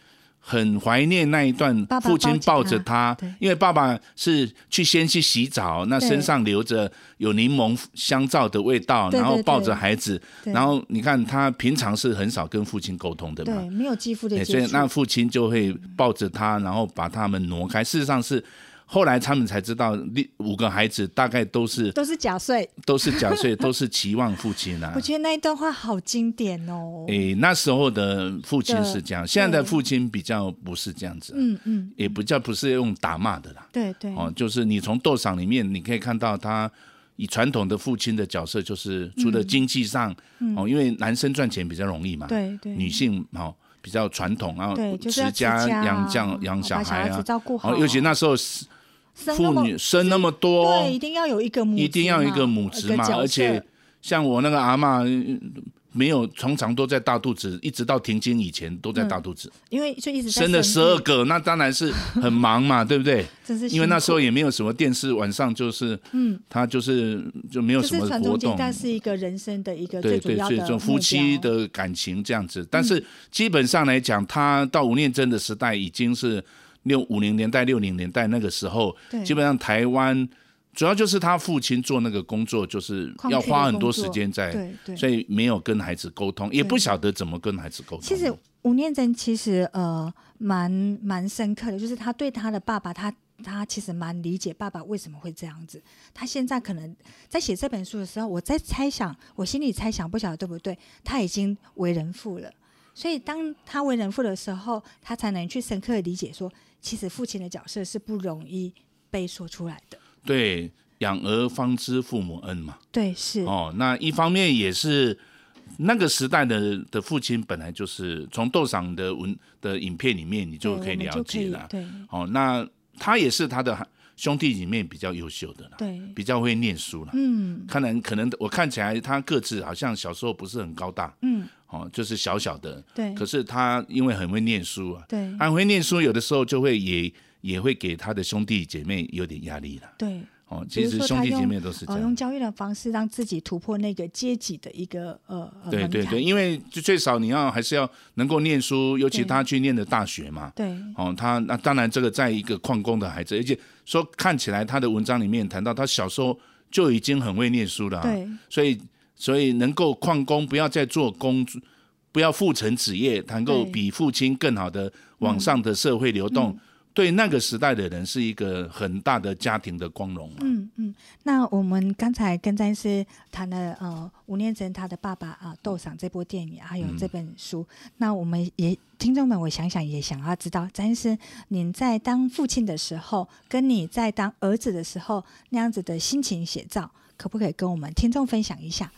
[SPEAKER 1] 很怀念那一段
[SPEAKER 2] 爸爸
[SPEAKER 1] 父亲抱着他
[SPEAKER 2] 抱着他对，
[SPEAKER 1] 因为爸爸是去先去洗澡，那
[SPEAKER 2] 对
[SPEAKER 1] 身上留着有柠檬香皂的味道，
[SPEAKER 2] 对对
[SPEAKER 1] 然后抱着
[SPEAKER 2] 对
[SPEAKER 1] 孩子，
[SPEAKER 2] 对
[SPEAKER 1] 然后你看他平常是很少跟父亲沟通的嘛
[SPEAKER 2] 对，，没有肌肤的
[SPEAKER 1] 哎
[SPEAKER 2] 接触，
[SPEAKER 1] 所以那父亲就会抱着他，然后把他们挪开。事实上是后来他们才知道，六五个孩子大概都是
[SPEAKER 2] 都是假睡。
[SPEAKER 1] 都是假 睡，都是期望父亲啊哎
[SPEAKER 2] 我。觉得那一段话好经典哦。
[SPEAKER 1] 诶，那时候的父亲是这样，
[SPEAKER 2] 对
[SPEAKER 1] 现在的父亲比较不是这样子啊、
[SPEAKER 2] 嗯嗯，
[SPEAKER 1] 也不叫不是用打骂的啦。
[SPEAKER 2] 对对，
[SPEAKER 1] 哦，就是你从斗场里面，你可以看到他以传统的父亲的角色，就是除了经济上、哦，因为男生赚钱比较容易嘛，
[SPEAKER 2] 嗯对对
[SPEAKER 1] 女性哦比较传统，然后
[SPEAKER 2] 对就是要持
[SPEAKER 1] 家
[SPEAKER 2] 家啊
[SPEAKER 1] 呃养将养
[SPEAKER 2] 把
[SPEAKER 1] 小孩
[SPEAKER 2] 小孩
[SPEAKER 1] 啊
[SPEAKER 2] 子，照顾好
[SPEAKER 1] 哦，尤其那时候是
[SPEAKER 2] 生那
[SPEAKER 1] 妇
[SPEAKER 2] 么
[SPEAKER 1] 女生那么多
[SPEAKER 2] 对，一，定要有一个母，呃
[SPEAKER 1] 一定要一个母职嘛，
[SPEAKER 2] 一个角色
[SPEAKER 1] 而且像我那个阿妈。嗯没有，常常都在大肚子，一直到停经以前都在大肚子，
[SPEAKER 2] 因为就一直嗯在
[SPEAKER 1] 生了
[SPEAKER 2] 育
[SPEAKER 1] 十二，个，那当然是很忙嘛，对不对？
[SPEAKER 2] 真 是
[SPEAKER 1] 因为那时
[SPEAKER 2] 候
[SPEAKER 1] 候也没有什么电视，晚上就是，嗯，他就是就没有
[SPEAKER 2] 就
[SPEAKER 1] 什
[SPEAKER 2] 是
[SPEAKER 1] 么
[SPEAKER 2] 传
[SPEAKER 1] 活
[SPEAKER 2] 宗接
[SPEAKER 1] 动，
[SPEAKER 2] 代是一个人生的一个
[SPEAKER 1] 对
[SPEAKER 2] 最主
[SPEAKER 1] 对，
[SPEAKER 2] 要
[SPEAKER 1] 所以这
[SPEAKER 2] 的
[SPEAKER 1] 种夫妻
[SPEAKER 2] 目标嗯
[SPEAKER 1] 的感情这样子。但是基本上来讲，他到吴念真的时代已经是六五零年代、六零年代那个时候
[SPEAKER 2] 对，
[SPEAKER 1] 基本上台湾主要就是他父亲做那个工作，就是
[SPEAKER 2] 矿区
[SPEAKER 1] 要
[SPEAKER 2] 的
[SPEAKER 1] 花很多
[SPEAKER 2] 工作
[SPEAKER 1] 时间在，
[SPEAKER 2] 对对，
[SPEAKER 1] 所以没有跟孩子沟通，也不
[SPEAKER 2] 对
[SPEAKER 1] 晓得怎么跟孩子沟通。
[SPEAKER 2] 其实吴念真其实呃蛮蛮深刻的，就是他对他的爸爸，他他其实蛮理解爸爸为什么会这样子。他现在可能在写这本书的时候，我在猜想，我心里猜想，不晓得对不对，他已经为人父了。所以当他为人父的时候，他才能去深刻地理解说，其实父亲的角色是不容易被说出来的。
[SPEAKER 1] 对养儿方知父母恩嘛。
[SPEAKER 2] 对，是，
[SPEAKER 1] 哦，那一方面也是那个时代的的父亲本来就是从斗赏的文的影片里面你
[SPEAKER 2] 对
[SPEAKER 1] 就可以了解了。
[SPEAKER 2] 对
[SPEAKER 1] 哦，那他也是他的兄弟里面比较优秀的啦，
[SPEAKER 2] 对，
[SPEAKER 1] 比较会念书啦。
[SPEAKER 2] 嗯
[SPEAKER 1] 可能可能我看起来他个子好像小时候不是很高大，
[SPEAKER 2] 嗯，
[SPEAKER 1] 哦，就是小小的，
[SPEAKER 2] 对
[SPEAKER 1] 可是他因为很会念书啊，
[SPEAKER 2] 对
[SPEAKER 1] 他很会念书，有的时候就会也也会给他的兄弟姐妹有点压力了。
[SPEAKER 2] 对。
[SPEAKER 1] 哦，
[SPEAKER 2] 比
[SPEAKER 1] 其
[SPEAKER 2] 如
[SPEAKER 1] 实
[SPEAKER 2] 说
[SPEAKER 1] 兄
[SPEAKER 2] 他
[SPEAKER 1] 弟姐
[SPEAKER 2] 用
[SPEAKER 1] 妹都是这
[SPEAKER 2] 哦，
[SPEAKER 1] 样。
[SPEAKER 2] 用教育的方式让自己突破那个阶级的一个呃呃
[SPEAKER 1] 对
[SPEAKER 2] 门
[SPEAKER 1] 对
[SPEAKER 2] 槛
[SPEAKER 1] 对，因为就最少你要还是要能够念书，尤其
[SPEAKER 2] 对
[SPEAKER 1] 他去念的大学嘛。
[SPEAKER 2] 对
[SPEAKER 1] 哦，他那当然这个在一个矿工的孩子，而且说看起来他的文章里面谈到他小时候就已经很会念书了、啊，
[SPEAKER 2] 对
[SPEAKER 1] 所以所以能够矿工不要再做工作，不要父承子业，能够
[SPEAKER 2] 对嗯
[SPEAKER 1] 比父亲更好的往上的社会流动，对那个时代的人是一个很大的家庭的光荣、啊。
[SPEAKER 2] 嗯嗯，那我们刚才跟詹师谈了呃吴念真他的爸爸啊《斗赏》这部电影，还有
[SPEAKER 1] 嗯
[SPEAKER 2] 这本书。那我们也听众们，我想想也想要知道，詹师您在当父亲的时候，跟你在当儿子的时候那样子的心情写照，可不可以跟我们听众分享一下？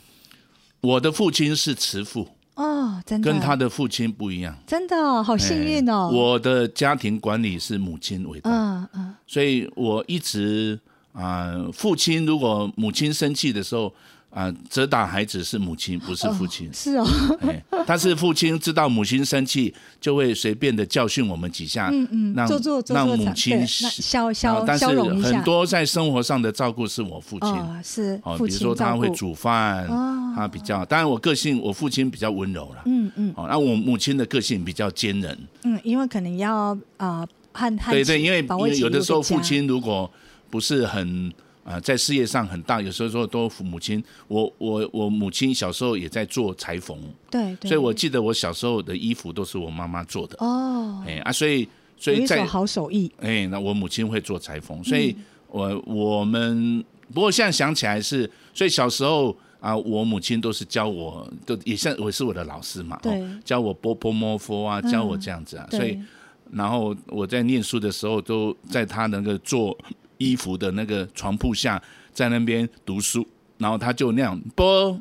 [SPEAKER 1] 我的父亲是慈父，
[SPEAKER 2] 哦，真的，
[SPEAKER 1] 跟他的父亲不一样。
[SPEAKER 2] 真的哦好幸运哦。
[SPEAKER 1] 哎我的家庭管理是母亲为大，
[SPEAKER 2] 嗯嗯，
[SPEAKER 1] 所以我一直啊、呃父亲如果母亲生气的时候啊、呃责打孩子是母亲，不是父亲。
[SPEAKER 2] 是哦，
[SPEAKER 1] 哎，但是父亲知道母亲生气，就会随便的教训我们几下，
[SPEAKER 2] 嗯嗯，
[SPEAKER 1] 让
[SPEAKER 2] 做做做
[SPEAKER 1] 让
[SPEAKER 2] 做
[SPEAKER 1] 母
[SPEAKER 2] 场
[SPEAKER 1] 亲
[SPEAKER 2] 对那消
[SPEAKER 1] 啊
[SPEAKER 2] 消
[SPEAKER 1] 但是
[SPEAKER 2] 消融一下，
[SPEAKER 1] 很多在生活上的照顾是我父亲。
[SPEAKER 2] 哦是
[SPEAKER 1] 哦，
[SPEAKER 2] 父
[SPEAKER 1] 比如
[SPEAKER 2] 亲
[SPEAKER 1] 说他
[SPEAKER 2] 照
[SPEAKER 1] 会
[SPEAKER 2] 顾，哦
[SPEAKER 1] 煮饭，他比较，当然我个性，我父亲比较温柔啦。
[SPEAKER 2] 嗯嗯
[SPEAKER 1] 哦，那我母亲的个性比较坚韧，
[SPEAKER 2] 嗯，因为可能要呃和和
[SPEAKER 1] 对对，因为
[SPEAKER 2] 保
[SPEAKER 1] 因
[SPEAKER 2] 卫
[SPEAKER 1] 为
[SPEAKER 2] 起
[SPEAKER 1] 有的
[SPEAKER 2] 一个
[SPEAKER 1] 时候父
[SPEAKER 2] 家
[SPEAKER 1] 亲如果不是很啊、呃在事业上很大，有时候说都母亲，我我我母亲小时候也在做裁缝，
[SPEAKER 2] 对对，
[SPEAKER 1] 所以我记得我小时候的衣服都是我妈妈做的，
[SPEAKER 2] 哦，
[SPEAKER 1] 哎啊，所以所
[SPEAKER 2] 有
[SPEAKER 1] 以
[SPEAKER 2] 一手
[SPEAKER 1] 在
[SPEAKER 2] 好嗯手艺，
[SPEAKER 1] 哎，那我母亲会做裁缝，所以我我们不过现在想起来是，所以小时候。啊，我母亲都是教我，都也像我是我的老师嘛，
[SPEAKER 2] 对嗯
[SPEAKER 1] 哦、教我波波摸佛啊，教我这样子啊，所以
[SPEAKER 2] 对
[SPEAKER 1] 然后我在念书的时候，都在他那个做衣服的那个床铺下，在那边读书，然后他就那样啵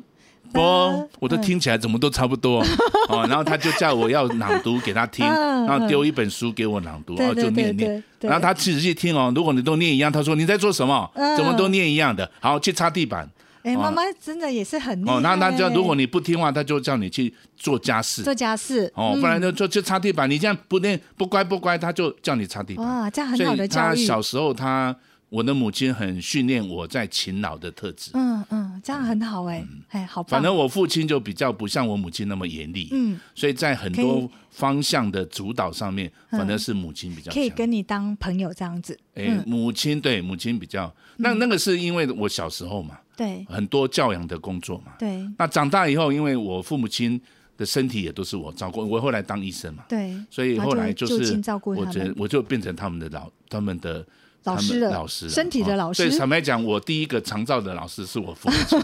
[SPEAKER 1] 啵
[SPEAKER 2] 啵，嗯
[SPEAKER 1] 我都听起来怎么都差不多 哦。然后他就叫我要朗读给他听，
[SPEAKER 2] 嗯嗯
[SPEAKER 1] 然后丢一本书给我朗读，
[SPEAKER 2] 对
[SPEAKER 1] 哦，
[SPEAKER 2] 对
[SPEAKER 1] 就念
[SPEAKER 2] 对
[SPEAKER 1] 念。
[SPEAKER 2] 对
[SPEAKER 1] 然后他仔细听哦，如果你都念一样，他说你在做什么？
[SPEAKER 2] 嗯
[SPEAKER 1] 怎么都念一样的？好，去擦地板
[SPEAKER 2] 哎，妈
[SPEAKER 1] 哦
[SPEAKER 2] 妈真的也是很厉
[SPEAKER 1] 哦。那那
[SPEAKER 2] 害
[SPEAKER 1] 就如果
[SPEAKER 2] 欸
[SPEAKER 1] 你不听话，他就叫你去做家事
[SPEAKER 2] 做家事
[SPEAKER 1] 哦，不然就就就擦地板。你这样不念不乖不乖，他就叫你擦地板。
[SPEAKER 2] 哇，这样
[SPEAKER 1] 所
[SPEAKER 2] 很好
[SPEAKER 1] 以
[SPEAKER 2] 的
[SPEAKER 1] 他
[SPEAKER 2] 教育，
[SPEAKER 1] 小时候他，我的母亲很训练我在勤劳的特质。
[SPEAKER 2] 嗯嗯，这样很好哎，哎，好棒
[SPEAKER 1] 嗯反。正我父亲就比较不像我母亲那么严厉，
[SPEAKER 2] 嗯，
[SPEAKER 1] 所以在很
[SPEAKER 2] 可以
[SPEAKER 1] 多方向的主导上面，
[SPEAKER 2] 嗯
[SPEAKER 1] 反而是母亲比较
[SPEAKER 2] 可以
[SPEAKER 1] 强。
[SPEAKER 2] 跟你当朋友这样子。
[SPEAKER 1] 哎、
[SPEAKER 2] 嗯
[SPEAKER 1] 母亲对母亲比较，那那个是因为我小时候嘛，
[SPEAKER 2] 对
[SPEAKER 1] 很多教养的工作嘛。
[SPEAKER 2] 对
[SPEAKER 1] 那长大以后，因为我父母亲的身体也都是我照顾，我后来当医生嘛，
[SPEAKER 2] 对，
[SPEAKER 1] 所以
[SPEAKER 2] 然后
[SPEAKER 1] 后来
[SPEAKER 2] 就就
[SPEAKER 1] 是
[SPEAKER 2] 近照顾
[SPEAKER 1] 我
[SPEAKER 2] 他
[SPEAKER 1] 觉得
[SPEAKER 2] 们
[SPEAKER 1] 我就变成他们的老他们的
[SPEAKER 2] 老师
[SPEAKER 1] 他们
[SPEAKER 2] 了，
[SPEAKER 1] 老师了
[SPEAKER 2] 身体的
[SPEAKER 1] 哦
[SPEAKER 2] 老师
[SPEAKER 1] 对，坦白讲，我第一个常照的老师是我父母 亲，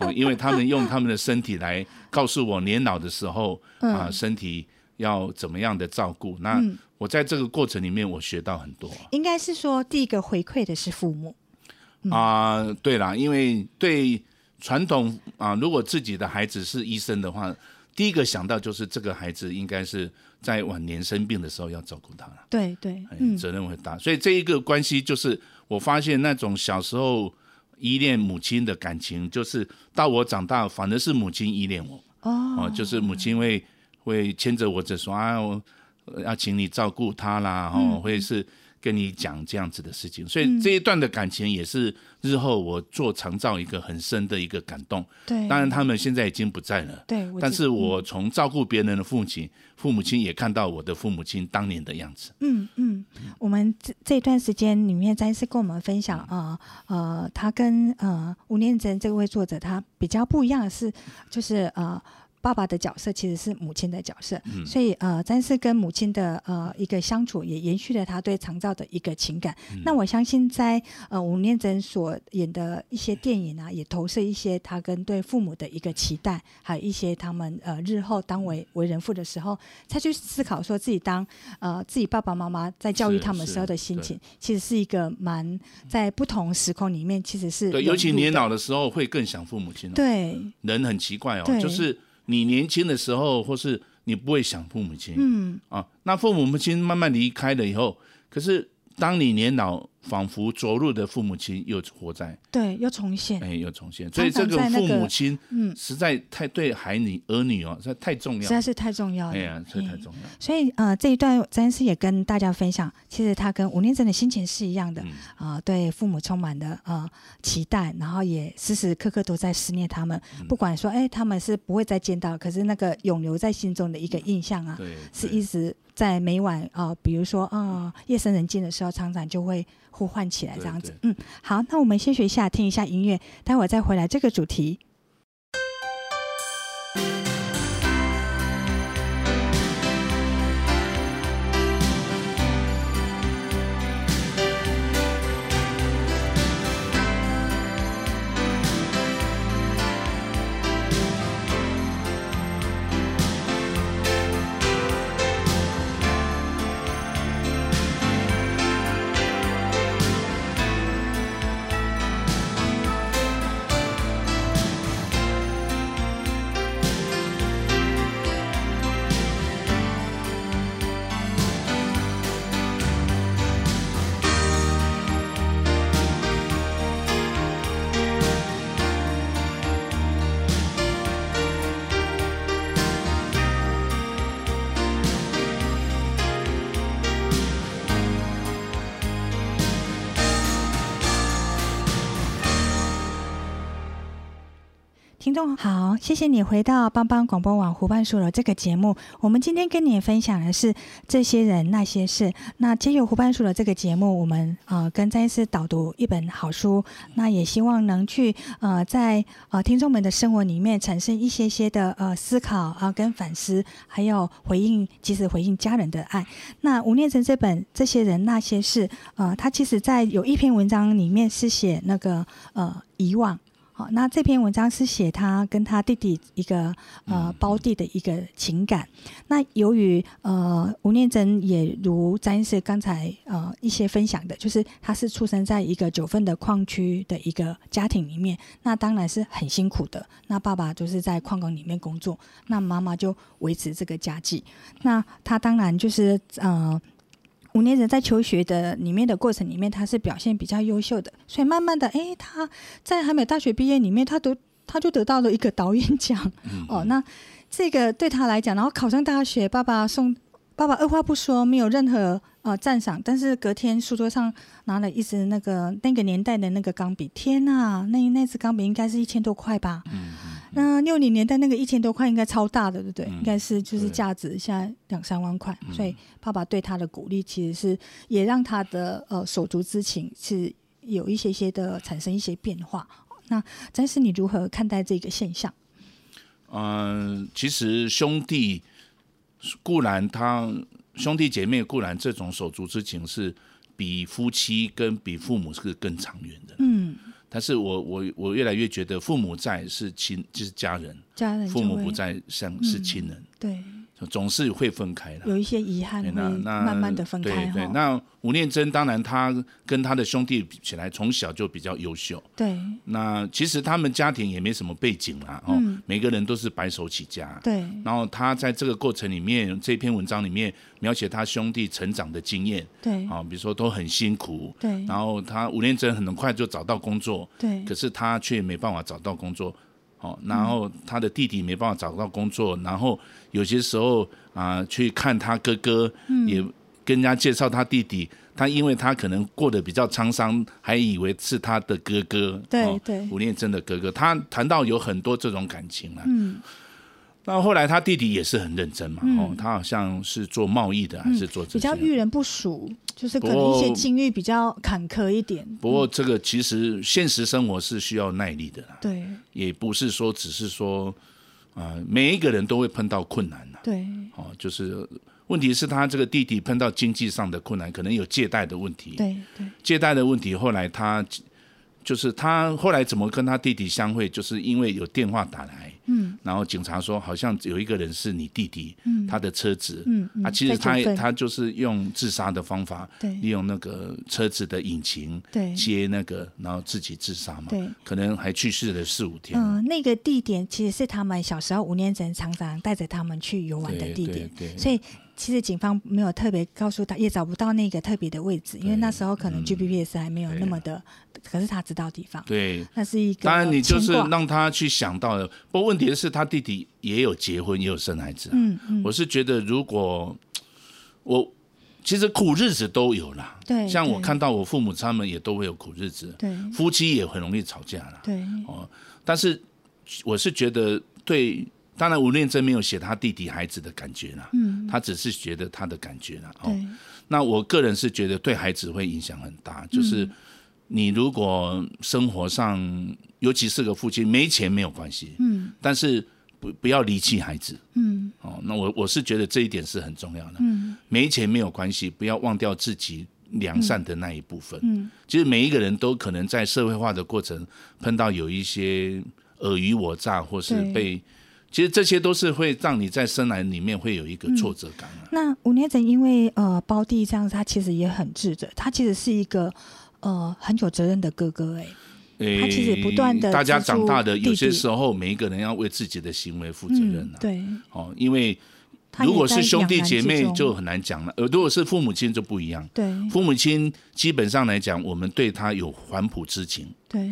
[SPEAKER 1] 哦，因为他们用他们的身体来告诉我年老的时候
[SPEAKER 2] 嗯
[SPEAKER 1] 啊、身体要怎么样的照顾。那我在这个过程里面，我学到很多
[SPEAKER 2] 应该是说第一个回馈的是父母。嗯
[SPEAKER 1] 啊、对啦，因为对传统啊、如果自己的孩子是医生的话，第一个想到就是这个孩子应该是在晚年生病的时候要照顾他了。
[SPEAKER 2] 对对，
[SPEAKER 1] 哎
[SPEAKER 2] 嗯，
[SPEAKER 1] 责任会大。所以这一个关系就是，我发现那种小时候依恋母亲的感情，就是到我长大，反而是母亲依恋我。哦、就是母亲会会牵着我着说啊，我呃要请你照顾她啦，
[SPEAKER 2] 嗯
[SPEAKER 1] 哦，会是跟你讲这样子的事情。所以这一段的感情也是日后我做长照一个很深的一个感动。
[SPEAKER 2] 对。
[SPEAKER 1] 当然，他们现在已经不在了。
[SPEAKER 2] 对，哎我
[SPEAKER 1] 但
[SPEAKER 2] 知嗯
[SPEAKER 1] 是我从照顾别人的父亲，父母亲也看到我的父母亲当年的样子。
[SPEAKER 2] 嗯嗯，我们这这段时间里面，詹医师跟我们分享
[SPEAKER 1] 嗯
[SPEAKER 2] 啊呃他跟呃吴念真这位作者他比较不一样的是，就是呃。爸爸的角色其实是母亲的角色，
[SPEAKER 1] 嗯
[SPEAKER 2] 所以呃，詹医师跟母亲的呃一个相处，也延续了他对长照的一个情感。
[SPEAKER 1] 嗯
[SPEAKER 2] 那我相信在呃吴念真所演的一些电影啊，也投射一些他跟对父母的一个期待，还有一些他们呃日后当为为人父的时候，才去思考说自己当呃自己爸爸妈妈在教育
[SPEAKER 1] 是
[SPEAKER 2] 他们时候
[SPEAKER 1] 是
[SPEAKER 2] 的心情，其实是一个蛮在不同时空里面其实是
[SPEAKER 1] 对，
[SPEAKER 2] 融
[SPEAKER 1] 尤其
[SPEAKER 2] 入
[SPEAKER 1] 年
[SPEAKER 2] 的
[SPEAKER 1] 老的时候会更想父母亲、哦。，
[SPEAKER 2] 对
[SPEAKER 1] 人很奇怪
[SPEAKER 2] 对
[SPEAKER 1] 哦，就是你年轻的时候，或是你不会想父母亲、
[SPEAKER 2] 嗯
[SPEAKER 1] 啊。那父母亲慢慢离开了以后，可是当你年老，仿佛着陆的父母亲又活在，
[SPEAKER 2] 对又重现
[SPEAKER 1] 哎，又重现。所
[SPEAKER 2] 常
[SPEAKER 1] 以这个
[SPEAKER 2] 在那个
[SPEAKER 1] 父母亲
[SPEAKER 2] 嗯
[SPEAKER 1] 实在太对孩女儿女哦，实在太重
[SPEAKER 2] 实
[SPEAKER 1] 要
[SPEAKER 2] 在
[SPEAKER 1] 了。
[SPEAKER 2] 是太重要了，
[SPEAKER 1] 哎呀，这太
[SPEAKER 2] 嘿
[SPEAKER 1] 重要了。
[SPEAKER 2] 所以呃，这一段詹医师也跟大家分享，其实他跟吴念真的心情是一样的
[SPEAKER 1] 嗯
[SPEAKER 2] 啊、呃对父母充满了呃期待，然后也时时刻刻都在思念他们，
[SPEAKER 1] 嗯
[SPEAKER 2] 不管说哎他们是不会再见到，可是那个永留在心中的一个印象啊，
[SPEAKER 1] 对，
[SPEAKER 2] 是
[SPEAKER 1] 对
[SPEAKER 2] 一直在每晚啊、呃比如说啊、呃夜深人静的时候，常常就会呼唤起来这
[SPEAKER 1] 对
[SPEAKER 2] 样子
[SPEAKER 1] 对。
[SPEAKER 2] 嗯，好，那我们先学一下，听一下音乐，待会儿再回来这个主题。听众好，谢谢你回到帮帮广播网湖畔书楼这个节目。我们今天跟你分享的是这些人那些事。那借由湖畔书楼这个节目，我们呃跟詹医师导读一本好书，那也希望能去呃在呃听众们的生活里面产生一些些的呃思考啊、跟反思，还有回应及时回应家人的爱。那吴念真这本《这些人那些事》呃，他其实在有一篇文章里面是写那个呃遗忘。好，那这篇文章是写他跟他弟弟一个呃胞弟的一个情感。那由于呃吴念真也如詹医师刚才呃一些分享的，就是他是出生在一个九份的矿区的一个家庭里面，那当然是很辛苦的。那爸爸就是在矿工里面工作，那妈妈就维持这个家计。那他当然就是呃五年人在求学的里面的过程里面，他是表现比较优秀的，所以慢慢的，诶，他在还没有大学毕业里面，他得他就得到了一个导演奖、哦。那这个对他来讲，然后考上大学，爸爸送。爸爸二话不说，没有任何呃赞赏，但是隔天书桌上拿了一支那个那个年代的那个钢笔，天呐，那那支钢笔应该是一千多块吧？那六零年代那个一千多块应该超大的，对不对？
[SPEAKER 1] 嗯
[SPEAKER 2] 应该是就是
[SPEAKER 1] 对嗯
[SPEAKER 2] 价值现在两三万块，所以爸爸对他的鼓励其实是也让他的呃手足之情是有一些些的产生一些变化。那詹是你如何看待这个现象？
[SPEAKER 1] 嗯，其实兄弟固然他兄弟姐妹固然这种手足之情是比夫妻跟比父母是更长远的，
[SPEAKER 2] 嗯，
[SPEAKER 1] 但是我我我越来越觉得父母在是亲就是家人，
[SPEAKER 2] 家人就
[SPEAKER 1] 父母
[SPEAKER 2] 会
[SPEAKER 1] 不在像是亲人，
[SPEAKER 2] 对，
[SPEAKER 1] 总是会分开的。
[SPEAKER 2] 嗯有一些遗憾
[SPEAKER 1] 对
[SPEAKER 2] 会
[SPEAKER 1] 哎那那
[SPEAKER 2] 慢慢的分开
[SPEAKER 1] 对对，
[SPEAKER 2] 哈。
[SPEAKER 1] 那吴念真当然他跟他的兄弟比起来，从小就比较优秀。
[SPEAKER 2] 对
[SPEAKER 1] 那其实他们家庭也没什么背景啦，哦，
[SPEAKER 2] 嗯
[SPEAKER 1] 每个人都是白手起家。
[SPEAKER 2] 对
[SPEAKER 1] 然后他在这个过程里面，这篇文章里面描写他兄弟成长的经验
[SPEAKER 2] 对
[SPEAKER 1] 啊、比如说都很辛苦，
[SPEAKER 2] 对
[SPEAKER 1] 然后他吴念真很快就找到工作，
[SPEAKER 2] 对
[SPEAKER 1] 可是他却没办法找到工作，哦，然后他的弟弟没办法找到工作，然后有些时候啊、去看他哥哥，
[SPEAKER 2] 嗯
[SPEAKER 1] 也跟人家介绍他弟弟，他因为他可能过得比较沧桑，还以为是他的哥哥，
[SPEAKER 2] 对
[SPEAKER 1] 哦
[SPEAKER 2] 对
[SPEAKER 1] 吴念真的哥哥，他谈到有很多这种感情啊。
[SPEAKER 2] 嗯
[SPEAKER 1] 那后来他弟弟也是很认真嘛，哦，他好像是做贸易的还是做这
[SPEAKER 2] 嗯比较
[SPEAKER 1] 些
[SPEAKER 2] 遇人不淑，就是可能
[SPEAKER 1] 不
[SPEAKER 2] 一
[SPEAKER 1] 过
[SPEAKER 2] 些境遇比较坎坷一点。
[SPEAKER 1] 不过这个其实现实生活是需要耐力的啦。
[SPEAKER 2] 对
[SPEAKER 1] 也不是说只是说，呃，每一个人都会碰到困难的、
[SPEAKER 2] 对
[SPEAKER 1] 哦，就是问题是他这个弟弟碰到经济上的困难，可能有借贷的问题，
[SPEAKER 2] 对对
[SPEAKER 1] 借贷的问题，后来他就是他后来怎么跟他弟弟相会，就是因为有电话打来，嗯，然后警察说好像有一个人是你弟弟，嗯，他的车子，
[SPEAKER 2] 嗯嗯
[SPEAKER 1] 啊，其实他
[SPEAKER 2] 在纠纷
[SPEAKER 1] 他就是用自杀的方法，利
[SPEAKER 2] 对
[SPEAKER 1] 用那个车子的引擎
[SPEAKER 2] 对
[SPEAKER 1] 接那个，然后自己自杀嘛，
[SPEAKER 2] 对。
[SPEAKER 1] 可能还去世了四五天，
[SPEAKER 2] 嗯，那个地点其实是他们小时候五年前常常带着他们去游玩的
[SPEAKER 1] 对
[SPEAKER 2] 地
[SPEAKER 1] 对
[SPEAKER 2] 点，
[SPEAKER 1] 对
[SPEAKER 2] 所以其实警方没有特别告诉他，也找不到那个特别的位置，因为那时候可能 GPS 还没有那么的，可是他知道地方，
[SPEAKER 1] 嗯对，
[SPEAKER 2] 那是一个
[SPEAKER 1] 当然你就是
[SPEAKER 2] 牵挂
[SPEAKER 1] 让他去想到的。不过问题是，他弟弟也有结婚，也有生孩子、啊。
[SPEAKER 2] 嗯嗯，
[SPEAKER 1] 我是觉得，如果我其实苦日子都有啦，
[SPEAKER 2] 对
[SPEAKER 1] 像我
[SPEAKER 2] 对
[SPEAKER 1] 看到我父母他们也都会有苦日子，
[SPEAKER 2] 对
[SPEAKER 1] 夫妻也很容易吵架啦。
[SPEAKER 2] 对
[SPEAKER 1] 但是我是觉得对。当然，吴念真没有写他弟弟孩子的感觉啦，嗯，他只是觉得他的感觉啦，哦，
[SPEAKER 2] 对
[SPEAKER 1] 那我个人是觉得对孩子会影响很大，就是
[SPEAKER 2] 嗯
[SPEAKER 1] 你如果生活上，尤其是个父亲没钱没有关系，嗯，但是不不要离弃孩子，
[SPEAKER 2] 嗯
[SPEAKER 1] 哦，那我我是觉得这一点是很重要的，
[SPEAKER 2] 嗯
[SPEAKER 1] 没钱没有关系，不要忘掉自己良善的那一部分，
[SPEAKER 2] 嗯，
[SPEAKER 1] 其实每一个人都可能在社会化的过程碰到有一些尔虞我诈，或是
[SPEAKER 2] 对
[SPEAKER 1] 被。其实这些都是会让你在生来里面会有一个挫折感啊。
[SPEAKER 2] 那吴念真因为呃胞弟这样子，他其实也很智者，他其实是一个呃很有责任的哥哥哎、
[SPEAKER 1] 诶
[SPEAKER 2] 他其实不断地
[SPEAKER 1] 大家
[SPEAKER 2] 资助
[SPEAKER 1] 长大的，
[SPEAKER 2] 弟弟
[SPEAKER 1] 有些时候每一个人要为自己的行为负责任
[SPEAKER 2] 嗯
[SPEAKER 1] 啊。
[SPEAKER 2] 对，
[SPEAKER 1] 哦，因为
[SPEAKER 2] 他
[SPEAKER 1] 如果
[SPEAKER 2] 也在
[SPEAKER 1] 是兄弟
[SPEAKER 2] 两难
[SPEAKER 1] 姐
[SPEAKER 2] 之
[SPEAKER 1] 妹
[SPEAKER 2] 中嗯
[SPEAKER 1] 就很难讲了，呃，如果是父母亲就不一样。
[SPEAKER 2] 对
[SPEAKER 1] 父母亲基本上来讲，我们对他有还朴之情，
[SPEAKER 2] 对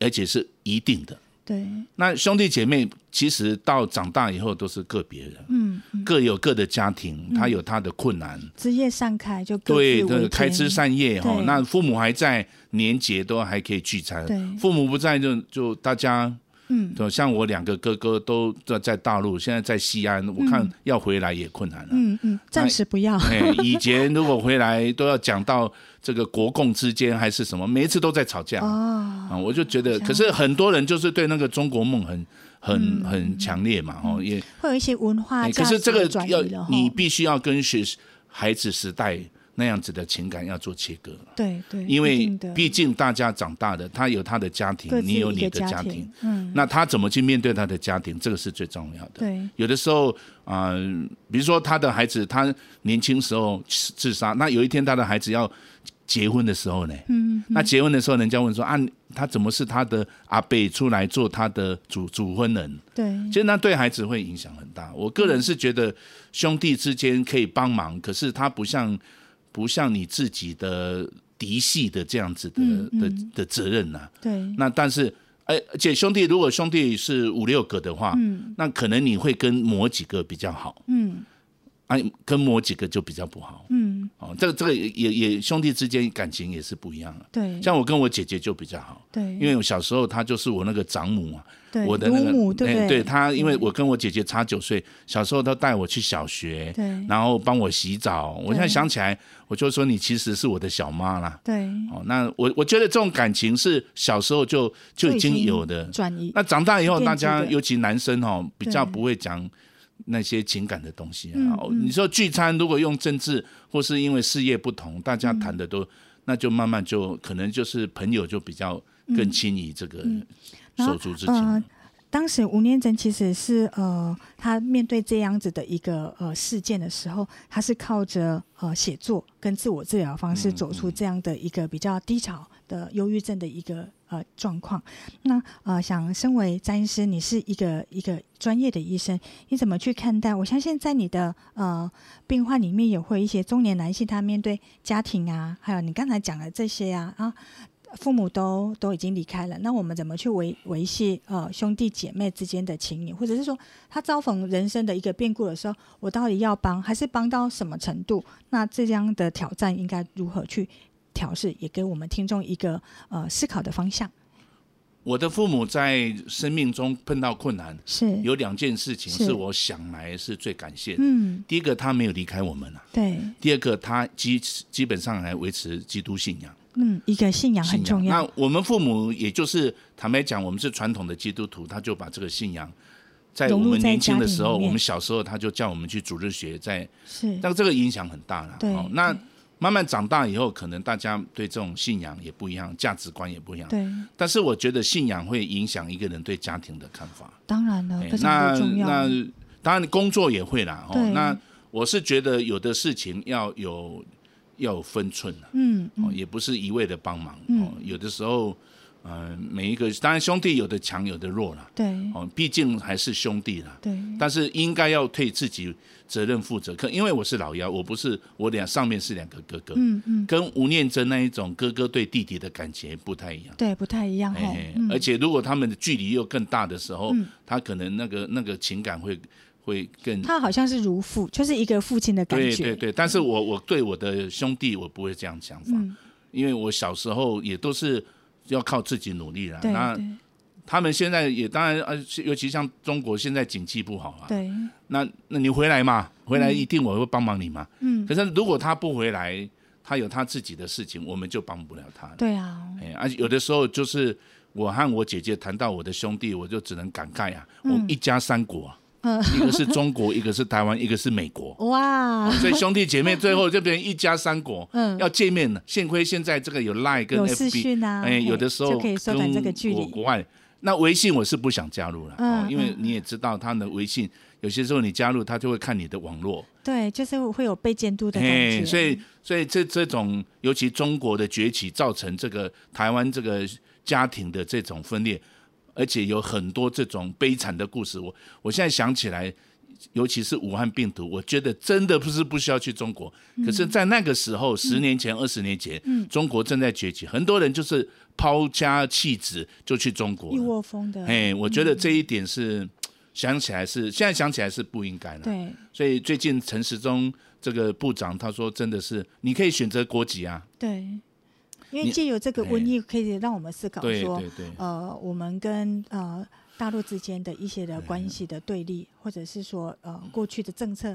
[SPEAKER 1] 而且是一定的。
[SPEAKER 2] 对
[SPEAKER 1] 那兄弟姐妹其实到长大以后都是个别人，
[SPEAKER 2] 嗯嗯
[SPEAKER 1] 各有各的家庭，他有他的困难，
[SPEAKER 2] 枝叶散开就各
[SPEAKER 1] 对，
[SPEAKER 2] 自为
[SPEAKER 1] 这个开
[SPEAKER 2] 天
[SPEAKER 1] 枝散叶哈。
[SPEAKER 2] 对
[SPEAKER 1] 那父母还在，年节都还可以聚餐
[SPEAKER 2] 对；
[SPEAKER 1] 父母不在就，就大家，
[SPEAKER 2] 嗯，
[SPEAKER 1] 对，像我两个哥哥都在在大陆，现在在西安，我看要回来也困难了。
[SPEAKER 2] 嗯嗯，暂时不要，
[SPEAKER 1] 哎，以前如果回来都要讲到这个国共之间还是什么，每一次都在吵架
[SPEAKER 2] 哦
[SPEAKER 1] 啊、我就觉得，可是很多人就是对那个中国梦很
[SPEAKER 2] 嗯
[SPEAKER 1] 很很强烈嘛，哦，也
[SPEAKER 2] 会有一些文化
[SPEAKER 1] 哎
[SPEAKER 2] 价
[SPEAKER 1] 可是
[SPEAKER 2] 值
[SPEAKER 1] 这
[SPEAKER 2] 的
[SPEAKER 1] 个
[SPEAKER 2] 转移
[SPEAKER 1] 要
[SPEAKER 2] 了哈。
[SPEAKER 1] 你必须要跟学孩子时代那样子的情感要做切割，
[SPEAKER 2] 对对，
[SPEAKER 1] 因
[SPEAKER 2] 一
[SPEAKER 1] 为
[SPEAKER 2] 定的
[SPEAKER 1] 毕竟大家长大的，他有他的家庭
[SPEAKER 2] 各，自
[SPEAKER 1] 你有
[SPEAKER 2] 一
[SPEAKER 1] 你
[SPEAKER 2] 个
[SPEAKER 1] 的
[SPEAKER 2] 家
[SPEAKER 1] 家
[SPEAKER 2] 庭
[SPEAKER 1] 庭，
[SPEAKER 2] 嗯，
[SPEAKER 1] 那他怎么去面对他的家庭，这个是最重要的。
[SPEAKER 2] 对
[SPEAKER 1] 有的时候啊、呃比如说他的孩子，他年轻时候自自杀，那有一天他的孩子要结婚的时候呢，嗯，那结婚的时候，人家问说啊，他怎么是他的阿伯出来做他的主主婚人？
[SPEAKER 2] 对
[SPEAKER 1] 其实那对孩子会影响很大。我个人是觉得兄弟之间可以帮忙，可是他不像不像你自己的嫡系的这样子的、的的责任呐、
[SPEAKER 2] 对
[SPEAKER 1] 那但是，哎，而且兄弟如果兄弟是五六个的话，那可能你会跟某几个比较好。
[SPEAKER 2] 嗯
[SPEAKER 1] 啊，跟某几个就比较不好
[SPEAKER 2] 嗯，
[SPEAKER 1] 哦。这个这个也也也兄弟之间感情也是不一样的。
[SPEAKER 2] 对，
[SPEAKER 1] 像我跟我姐姐就比较好，
[SPEAKER 2] 对，
[SPEAKER 1] 因为我小时候她就是我那个长母啊，
[SPEAKER 2] 对
[SPEAKER 1] 我的那
[SPEAKER 2] 乳母
[SPEAKER 1] 个
[SPEAKER 2] 对不嗯
[SPEAKER 1] 哎
[SPEAKER 2] 对
[SPEAKER 1] 对她，因为我跟我姐姐差九岁，小时候她带我去小学，
[SPEAKER 2] 对
[SPEAKER 1] 然后帮我洗澡。我现在想起来，我就说你其实是我的小妈啦。
[SPEAKER 2] 对
[SPEAKER 1] 哦，那我我觉得这种感情是小时候就就已经有的，
[SPEAKER 2] 转移，
[SPEAKER 1] 那长大以后，
[SPEAKER 2] 奠基的
[SPEAKER 1] 大家尤其男生哦，比较
[SPEAKER 2] 对
[SPEAKER 1] 不会讲那些情感的东西
[SPEAKER 2] 嗯
[SPEAKER 1] 啊。哦
[SPEAKER 2] 嗯
[SPEAKER 1] 你说聚餐如果用政治或是因为事业不同，大
[SPEAKER 2] 嗯
[SPEAKER 1] 家谈的都，那就慢慢就可能就是朋友就比较更轻易这个
[SPEAKER 2] 嗯然后
[SPEAKER 1] 手足之
[SPEAKER 2] 嗯、
[SPEAKER 1] 情。
[SPEAKER 2] 当时吴念真其实是呃，他面对这样子的一个呃事件的时候，他是靠着呃写作跟自我治疗方式
[SPEAKER 1] 嗯
[SPEAKER 2] 走出这样的一个比较低潮的忧郁症的一个呃状况。那呃，想身为詹医师，你是一个一个专业的医生，你怎么去看待？我相信在你的呃病患里面也会有一些中年男性，他面对家庭啊，还有你刚才讲的这些啊啊，父母都都已经离开了，那我们怎么去维维系呃兄弟姐妹之间的情谊，或者是说他遭逢人生的一个变故的时候，我到底要帮还是帮到什么程度？那这样的挑战应该如何去调试，也给我们听众一个呃思考的方向。
[SPEAKER 1] 我的父母在生命中碰到困难，
[SPEAKER 2] 是，
[SPEAKER 1] 有两件事情
[SPEAKER 2] 是
[SPEAKER 1] 是我想来是最感谢的。
[SPEAKER 2] 嗯，
[SPEAKER 1] 第一个，他没有离开我们啊；
[SPEAKER 2] 对，
[SPEAKER 1] 第二个，他基基本上还维持基督信仰。
[SPEAKER 2] 嗯，一个信仰
[SPEAKER 1] 信
[SPEAKER 2] 很
[SPEAKER 1] 仰
[SPEAKER 2] 重要，
[SPEAKER 1] 那我们父母也就是坦白讲，我们是传统的基督徒，他就把这个信仰。在我
[SPEAKER 2] 融入
[SPEAKER 1] 们
[SPEAKER 2] 在
[SPEAKER 1] 年轻的
[SPEAKER 2] 家庭
[SPEAKER 1] 时候，
[SPEAKER 2] 里面
[SPEAKER 1] 我们小时候他就叫我们去主日学，在
[SPEAKER 2] 是，
[SPEAKER 1] 但这个影响很大了。
[SPEAKER 2] 对
[SPEAKER 1] 哦那慢慢长大以后，可能大家对这种信仰也不一样，价值观也不一样。
[SPEAKER 2] 对，
[SPEAKER 1] 但是我觉得信仰会影响一个人对家庭的看法。
[SPEAKER 2] 当然了，
[SPEAKER 1] 哎
[SPEAKER 2] 非常
[SPEAKER 1] 那
[SPEAKER 2] 的重要，
[SPEAKER 1] 那当然工作也会啦。哦
[SPEAKER 2] 对，
[SPEAKER 1] 那我是觉得有的事情要有要有分寸啊
[SPEAKER 2] 嗯，
[SPEAKER 1] 哦，
[SPEAKER 2] 嗯
[SPEAKER 1] 也不是一味的帮忙、
[SPEAKER 2] 嗯
[SPEAKER 1] 哦，有的时候，呃，每一个当然兄弟有的强有的弱啦，
[SPEAKER 2] 对，
[SPEAKER 1] 哦，毕竟还是兄弟啦，
[SPEAKER 2] 对，
[SPEAKER 1] 但是应该要对自己责任负责。可因为我是老幺，我不是我俩上面是两个哥哥，
[SPEAKER 2] 嗯嗯，
[SPEAKER 1] 跟吴念真那一种哥哥对弟弟的感情不太一样。
[SPEAKER 2] 对，不太一样
[SPEAKER 1] 嘿
[SPEAKER 2] 哦
[SPEAKER 1] 嘿，
[SPEAKER 2] 嗯
[SPEAKER 1] 而且如果他们的距离又更大的时候，
[SPEAKER 2] 嗯
[SPEAKER 1] 他可能那个那个情感会会更
[SPEAKER 2] 他好像是如父，就是一个父亲的感
[SPEAKER 1] 对
[SPEAKER 2] 觉。
[SPEAKER 1] 对对。但是我我对我的兄弟我不会这样想法，
[SPEAKER 2] 嗯，
[SPEAKER 1] 因为我小时候也都是要靠自己努力啦。
[SPEAKER 2] 对
[SPEAKER 1] 那
[SPEAKER 2] 对
[SPEAKER 1] 他们现在也当然，呃，尤其像中国现在景气不好啊，
[SPEAKER 2] 对，
[SPEAKER 1] 那那你回来嘛，回来一定我会帮忙你嘛。
[SPEAKER 2] 嗯，
[SPEAKER 1] 可是如果他不回来，他有他自己的事情，我们就帮不了他了。
[SPEAKER 2] 对啊，
[SPEAKER 1] 哎，而且有的时候就是我和我姐姐谈到我的兄弟，我就只能感慨啊，我
[SPEAKER 2] 嗯
[SPEAKER 1] 们一家三国啊，
[SPEAKER 2] 嗯
[SPEAKER 1] 一个是中国， 一个是台湾，一个是美国。
[SPEAKER 2] 哇，
[SPEAKER 1] 所以兄弟姐妹 最后就变成一家三国，
[SPEAKER 2] 嗯
[SPEAKER 1] 要见面了。幸亏现在这个有 Line 跟
[SPEAKER 2] 有
[SPEAKER 1] FB，
[SPEAKER 2] 视讯啊，
[SPEAKER 1] 哎，有的时候
[SPEAKER 2] 就可以缩短这个距
[SPEAKER 1] 跟我
[SPEAKER 2] 离。
[SPEAKER 1] 国外那微信我是不想加入了，
[SPEAKER 2] 嗯
[SPEAKER 1] 哦，因为
[SPEAKER 2] 嗯
[SPEAKER 1] 你也知道他的微信，有些时候你加入他就会看你的网络，
[SPEAKER 2] 对，就是会有被监督的感
[SPEAKER 1] 嘿，
[SPEAKER 2] 觉。
[SPEAKER 1] 所以所以这这种尤其中国的崛起，造成这个台湾这个家庭的这种分裂，而且有很多这种悲惨的故事。我我现在想起来。尤其是武汉病毒，我觉得真的不是不需要去中国。
[SPEAKER 2] 嗯
[SPEAKER 1] 可是，在那个时候，十年前、二十年前，中国正在崛起，很多人就是抛家弃子就去中国
[SPEAKER 2] 一
[SPEAKER 1] 了。
[SPEAKER 2] 窝蜂的，
[SPEAKER 1] 哎，我觉得这一点是想起来是现在想起来是不应该的。
[SPEAKER 2] 对，
[SPEAKER 1] 所以最近陈时中这个部长他说，真的是你可以选择国籍啊，
[SPEAKER 2] 对，因为
[SPEAKER 1] 你
[SPEAKER 2] 借由这个瘟疫，可以让我们思考
[SPEAKER 1] 对
[SPEAKER 2] 哦说，
[SPEAKER 1] 对对，
[SPEAKER 2] 呃，我们跟呃大陆之间的一些的关系的对立，或者是说呃过去的政策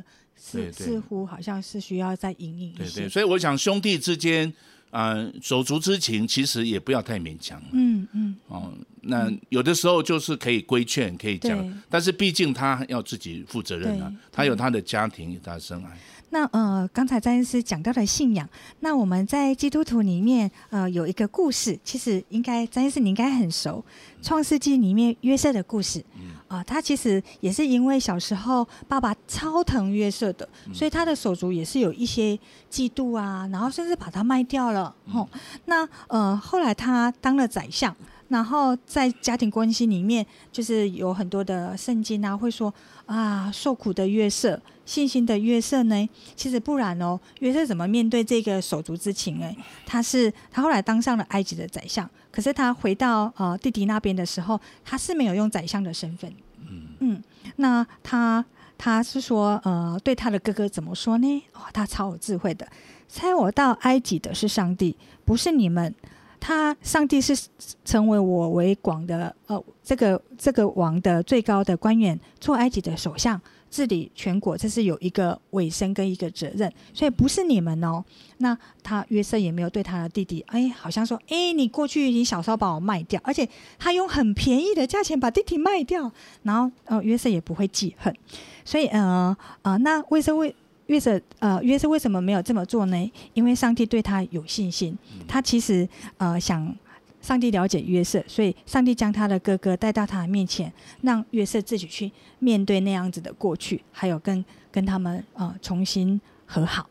[SPEAKER 1] 对对
[SPEAKER 2] 似似乎好像是需要再隐隐一
[SPEAKER 1] 对对，
[SPEAKER 2] 些。
[SPEAKER 1] 所以我想兄弟之间，嗯，手足之情其实也不要太勉强了
[SPEAKER 2] 嗯嗯，
[SPEAKER 1] 哦。那有的时候就是可以规劝，可以
[SPEAKER 2] 对
[SPEAKER 1] 讲，但是毕竟他要自己负责任啊
[SPEAKER 2] 对，
[SPEAKER 1] 他有他的家庭，有他的生涯。
[SPEAKER 2] 那呃，刚才詹医师讲到了信仰，那我们在基督徒里面，呃，有一个故事，其实应该詹医师你应该很熟，《创世纪》里面约瑟的故事。啊、他其实也是因为小时候爸爸超疼约瑟的，所以他的手足也是有一些嫉妒啊，然后甚至把他卖掉了。吼、那呃，后来他当了宰相。然后在家庭关系里面，就是有很多的圣经啊，会说啊，受苦的约瑟，信心的约瑟呢，其实不然哦，约瑟怎么面对这个手足之情？哎，他是他后来当上了埃及的宰相，可是他回到呃弟弟那边的时候，他是没有用宰相的身份。嗯那他他是说，呃，对他的哥哥怎么说呢？哦，他超有智慧的，猜我到埃及的是上帝，不是你们。他上帝是成为我为广的呃这个这个王的最高的官员，做埃及的首相，治理全国，这是有一个尾声跟一个责任，所以不是你们哦。那他约瑟也没有对他的弟弟，哎，好像说，哎，你过去你小时候把我卖掉，而且他用很便宜的价钱把弟弟卖掉，然后呃约瑟也不会记恨，所以呃呃那为什么为约瑟呃约瑟为什么没有这么做呢？因为上帝对他有信心，他其实呃想上帝了解约瑟，所以上帝将他的哥哥带到他的面前，让约瑟自己去面对那样子的过去，还有跟跟他们呃重新和好。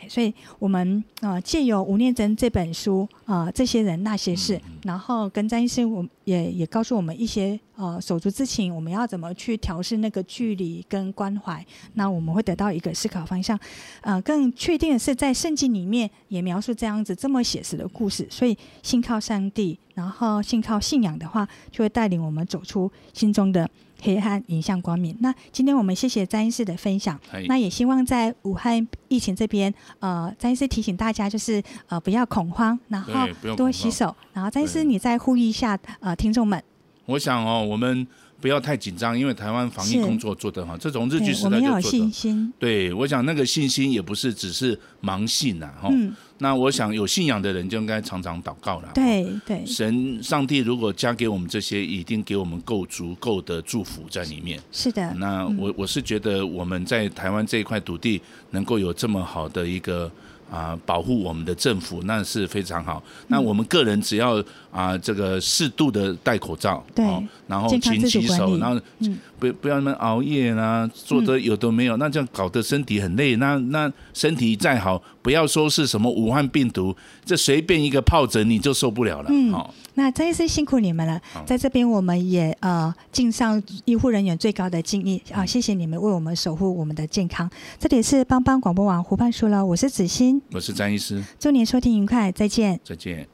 [SPEAKER 2] 哎所以，我们呃借由吴念真这本书啊、呃这些人那些事，然后跟詹医师，我们也也告诉我们一些呃手足之情，我们要怎么去调试那个距离跟关怀，那我们会得到一个思考方向。呃，更确定的是，在圣经里面也描述这样子这么写实的故事，所以信靠上帝，然后信靠信仰的话，就会带领我们走出心中的黑暗，迎向光明。那今天我们谢谢詹医师的分享
[SPEAKER 1] 嗨，
[SPEAKER 2] 那也希望在武汉疫情这边，呃，詹医师提醒大家就是呃不要恐慌，然后
[SPEAKER 1] 对不要恐
[SPEAKER 2] 多
[SPEAKER 1] 慌
[SPEAKER 2] 洗手，然后詹医师
[SPEAKER 1] 对
[SPEAKER 2] 你再呼吁一下呃听众们，
[SPEAKER 1] 我想哦，我们不要太紧张，因为台湾防疫
[SPEAKER 2] 是
[SPEAKER 1] 工作做得好，这从日
[SPEAKER 2] 对
[SPEAKER 1] 据时
[SPEAKER 2] 我
[SPEAKER 1] 代
[SPEAKER 2] 们要有
[SPEAKER 1] 就做
[SPEAKER 2] 信
[SPEAKER 1] 得。
[SPEAKER 2] 心，
[SPEAKER 1] 对，我想那个信心也不是只是盲信呐、哈、
[SPEAKER 2] 嗯，
[SPEAKER 1] 那我想有信仰的人就应该常常祷告了。
[SPEAKER 2] 对对，
[SPEAKER 1] 神、上帝如果加给我们这些，一定给我们够足够的祝福在里面。
[SPEAKER 2] 是的，
[SPEAKER 1] 那我我是觉得我们在台湾这一块土地能够有这么好的一个啊、保护我们的政府，那是非常好。那
[SPEAKER 2] 嗯
[SPEAKER 1] 我们个人只要啊、这个适度的戴口罩，
[SPEAKER 2] 对
[SPEAKER 1] 哦然后
[SPEAKER 2] 健康
[SPEAKER 1] 勤
[SPEAKER 2] 自主
[SPEAKER 1] 洗
[SPEAKER 2] 管
[SPEAKER 1] 手，
[SPEAKER 2] 理
[SPEAKER 1] 然后
[SPEAKER 2] 嗯
[SPEAKER 1] 不不要那么熬夜啦、做的有的没有，那这样搞得身体很累。那那身体再好，不要说是什么武汉病毒，这随便一个疱疹你就受不了了。
[SPEAKER 2] 嗯
[SPEAKER 1] 哦，
[SPEAKER 2] 那真是辛苦你们了，在这边我们也呃敬上医护人员最高的敬意
[SPEAKER 1] 嗯
[SPEAKER 2] 啊、谢谢你们为我们守护我们的健康。这里是帮帮广播网湖畔书楼，我是子欣，
[SPEAKER 1] 我是詹医师，
[SPEAKER 2] 祝您收听愉快，再见。
[SPEAKER 1] 再见。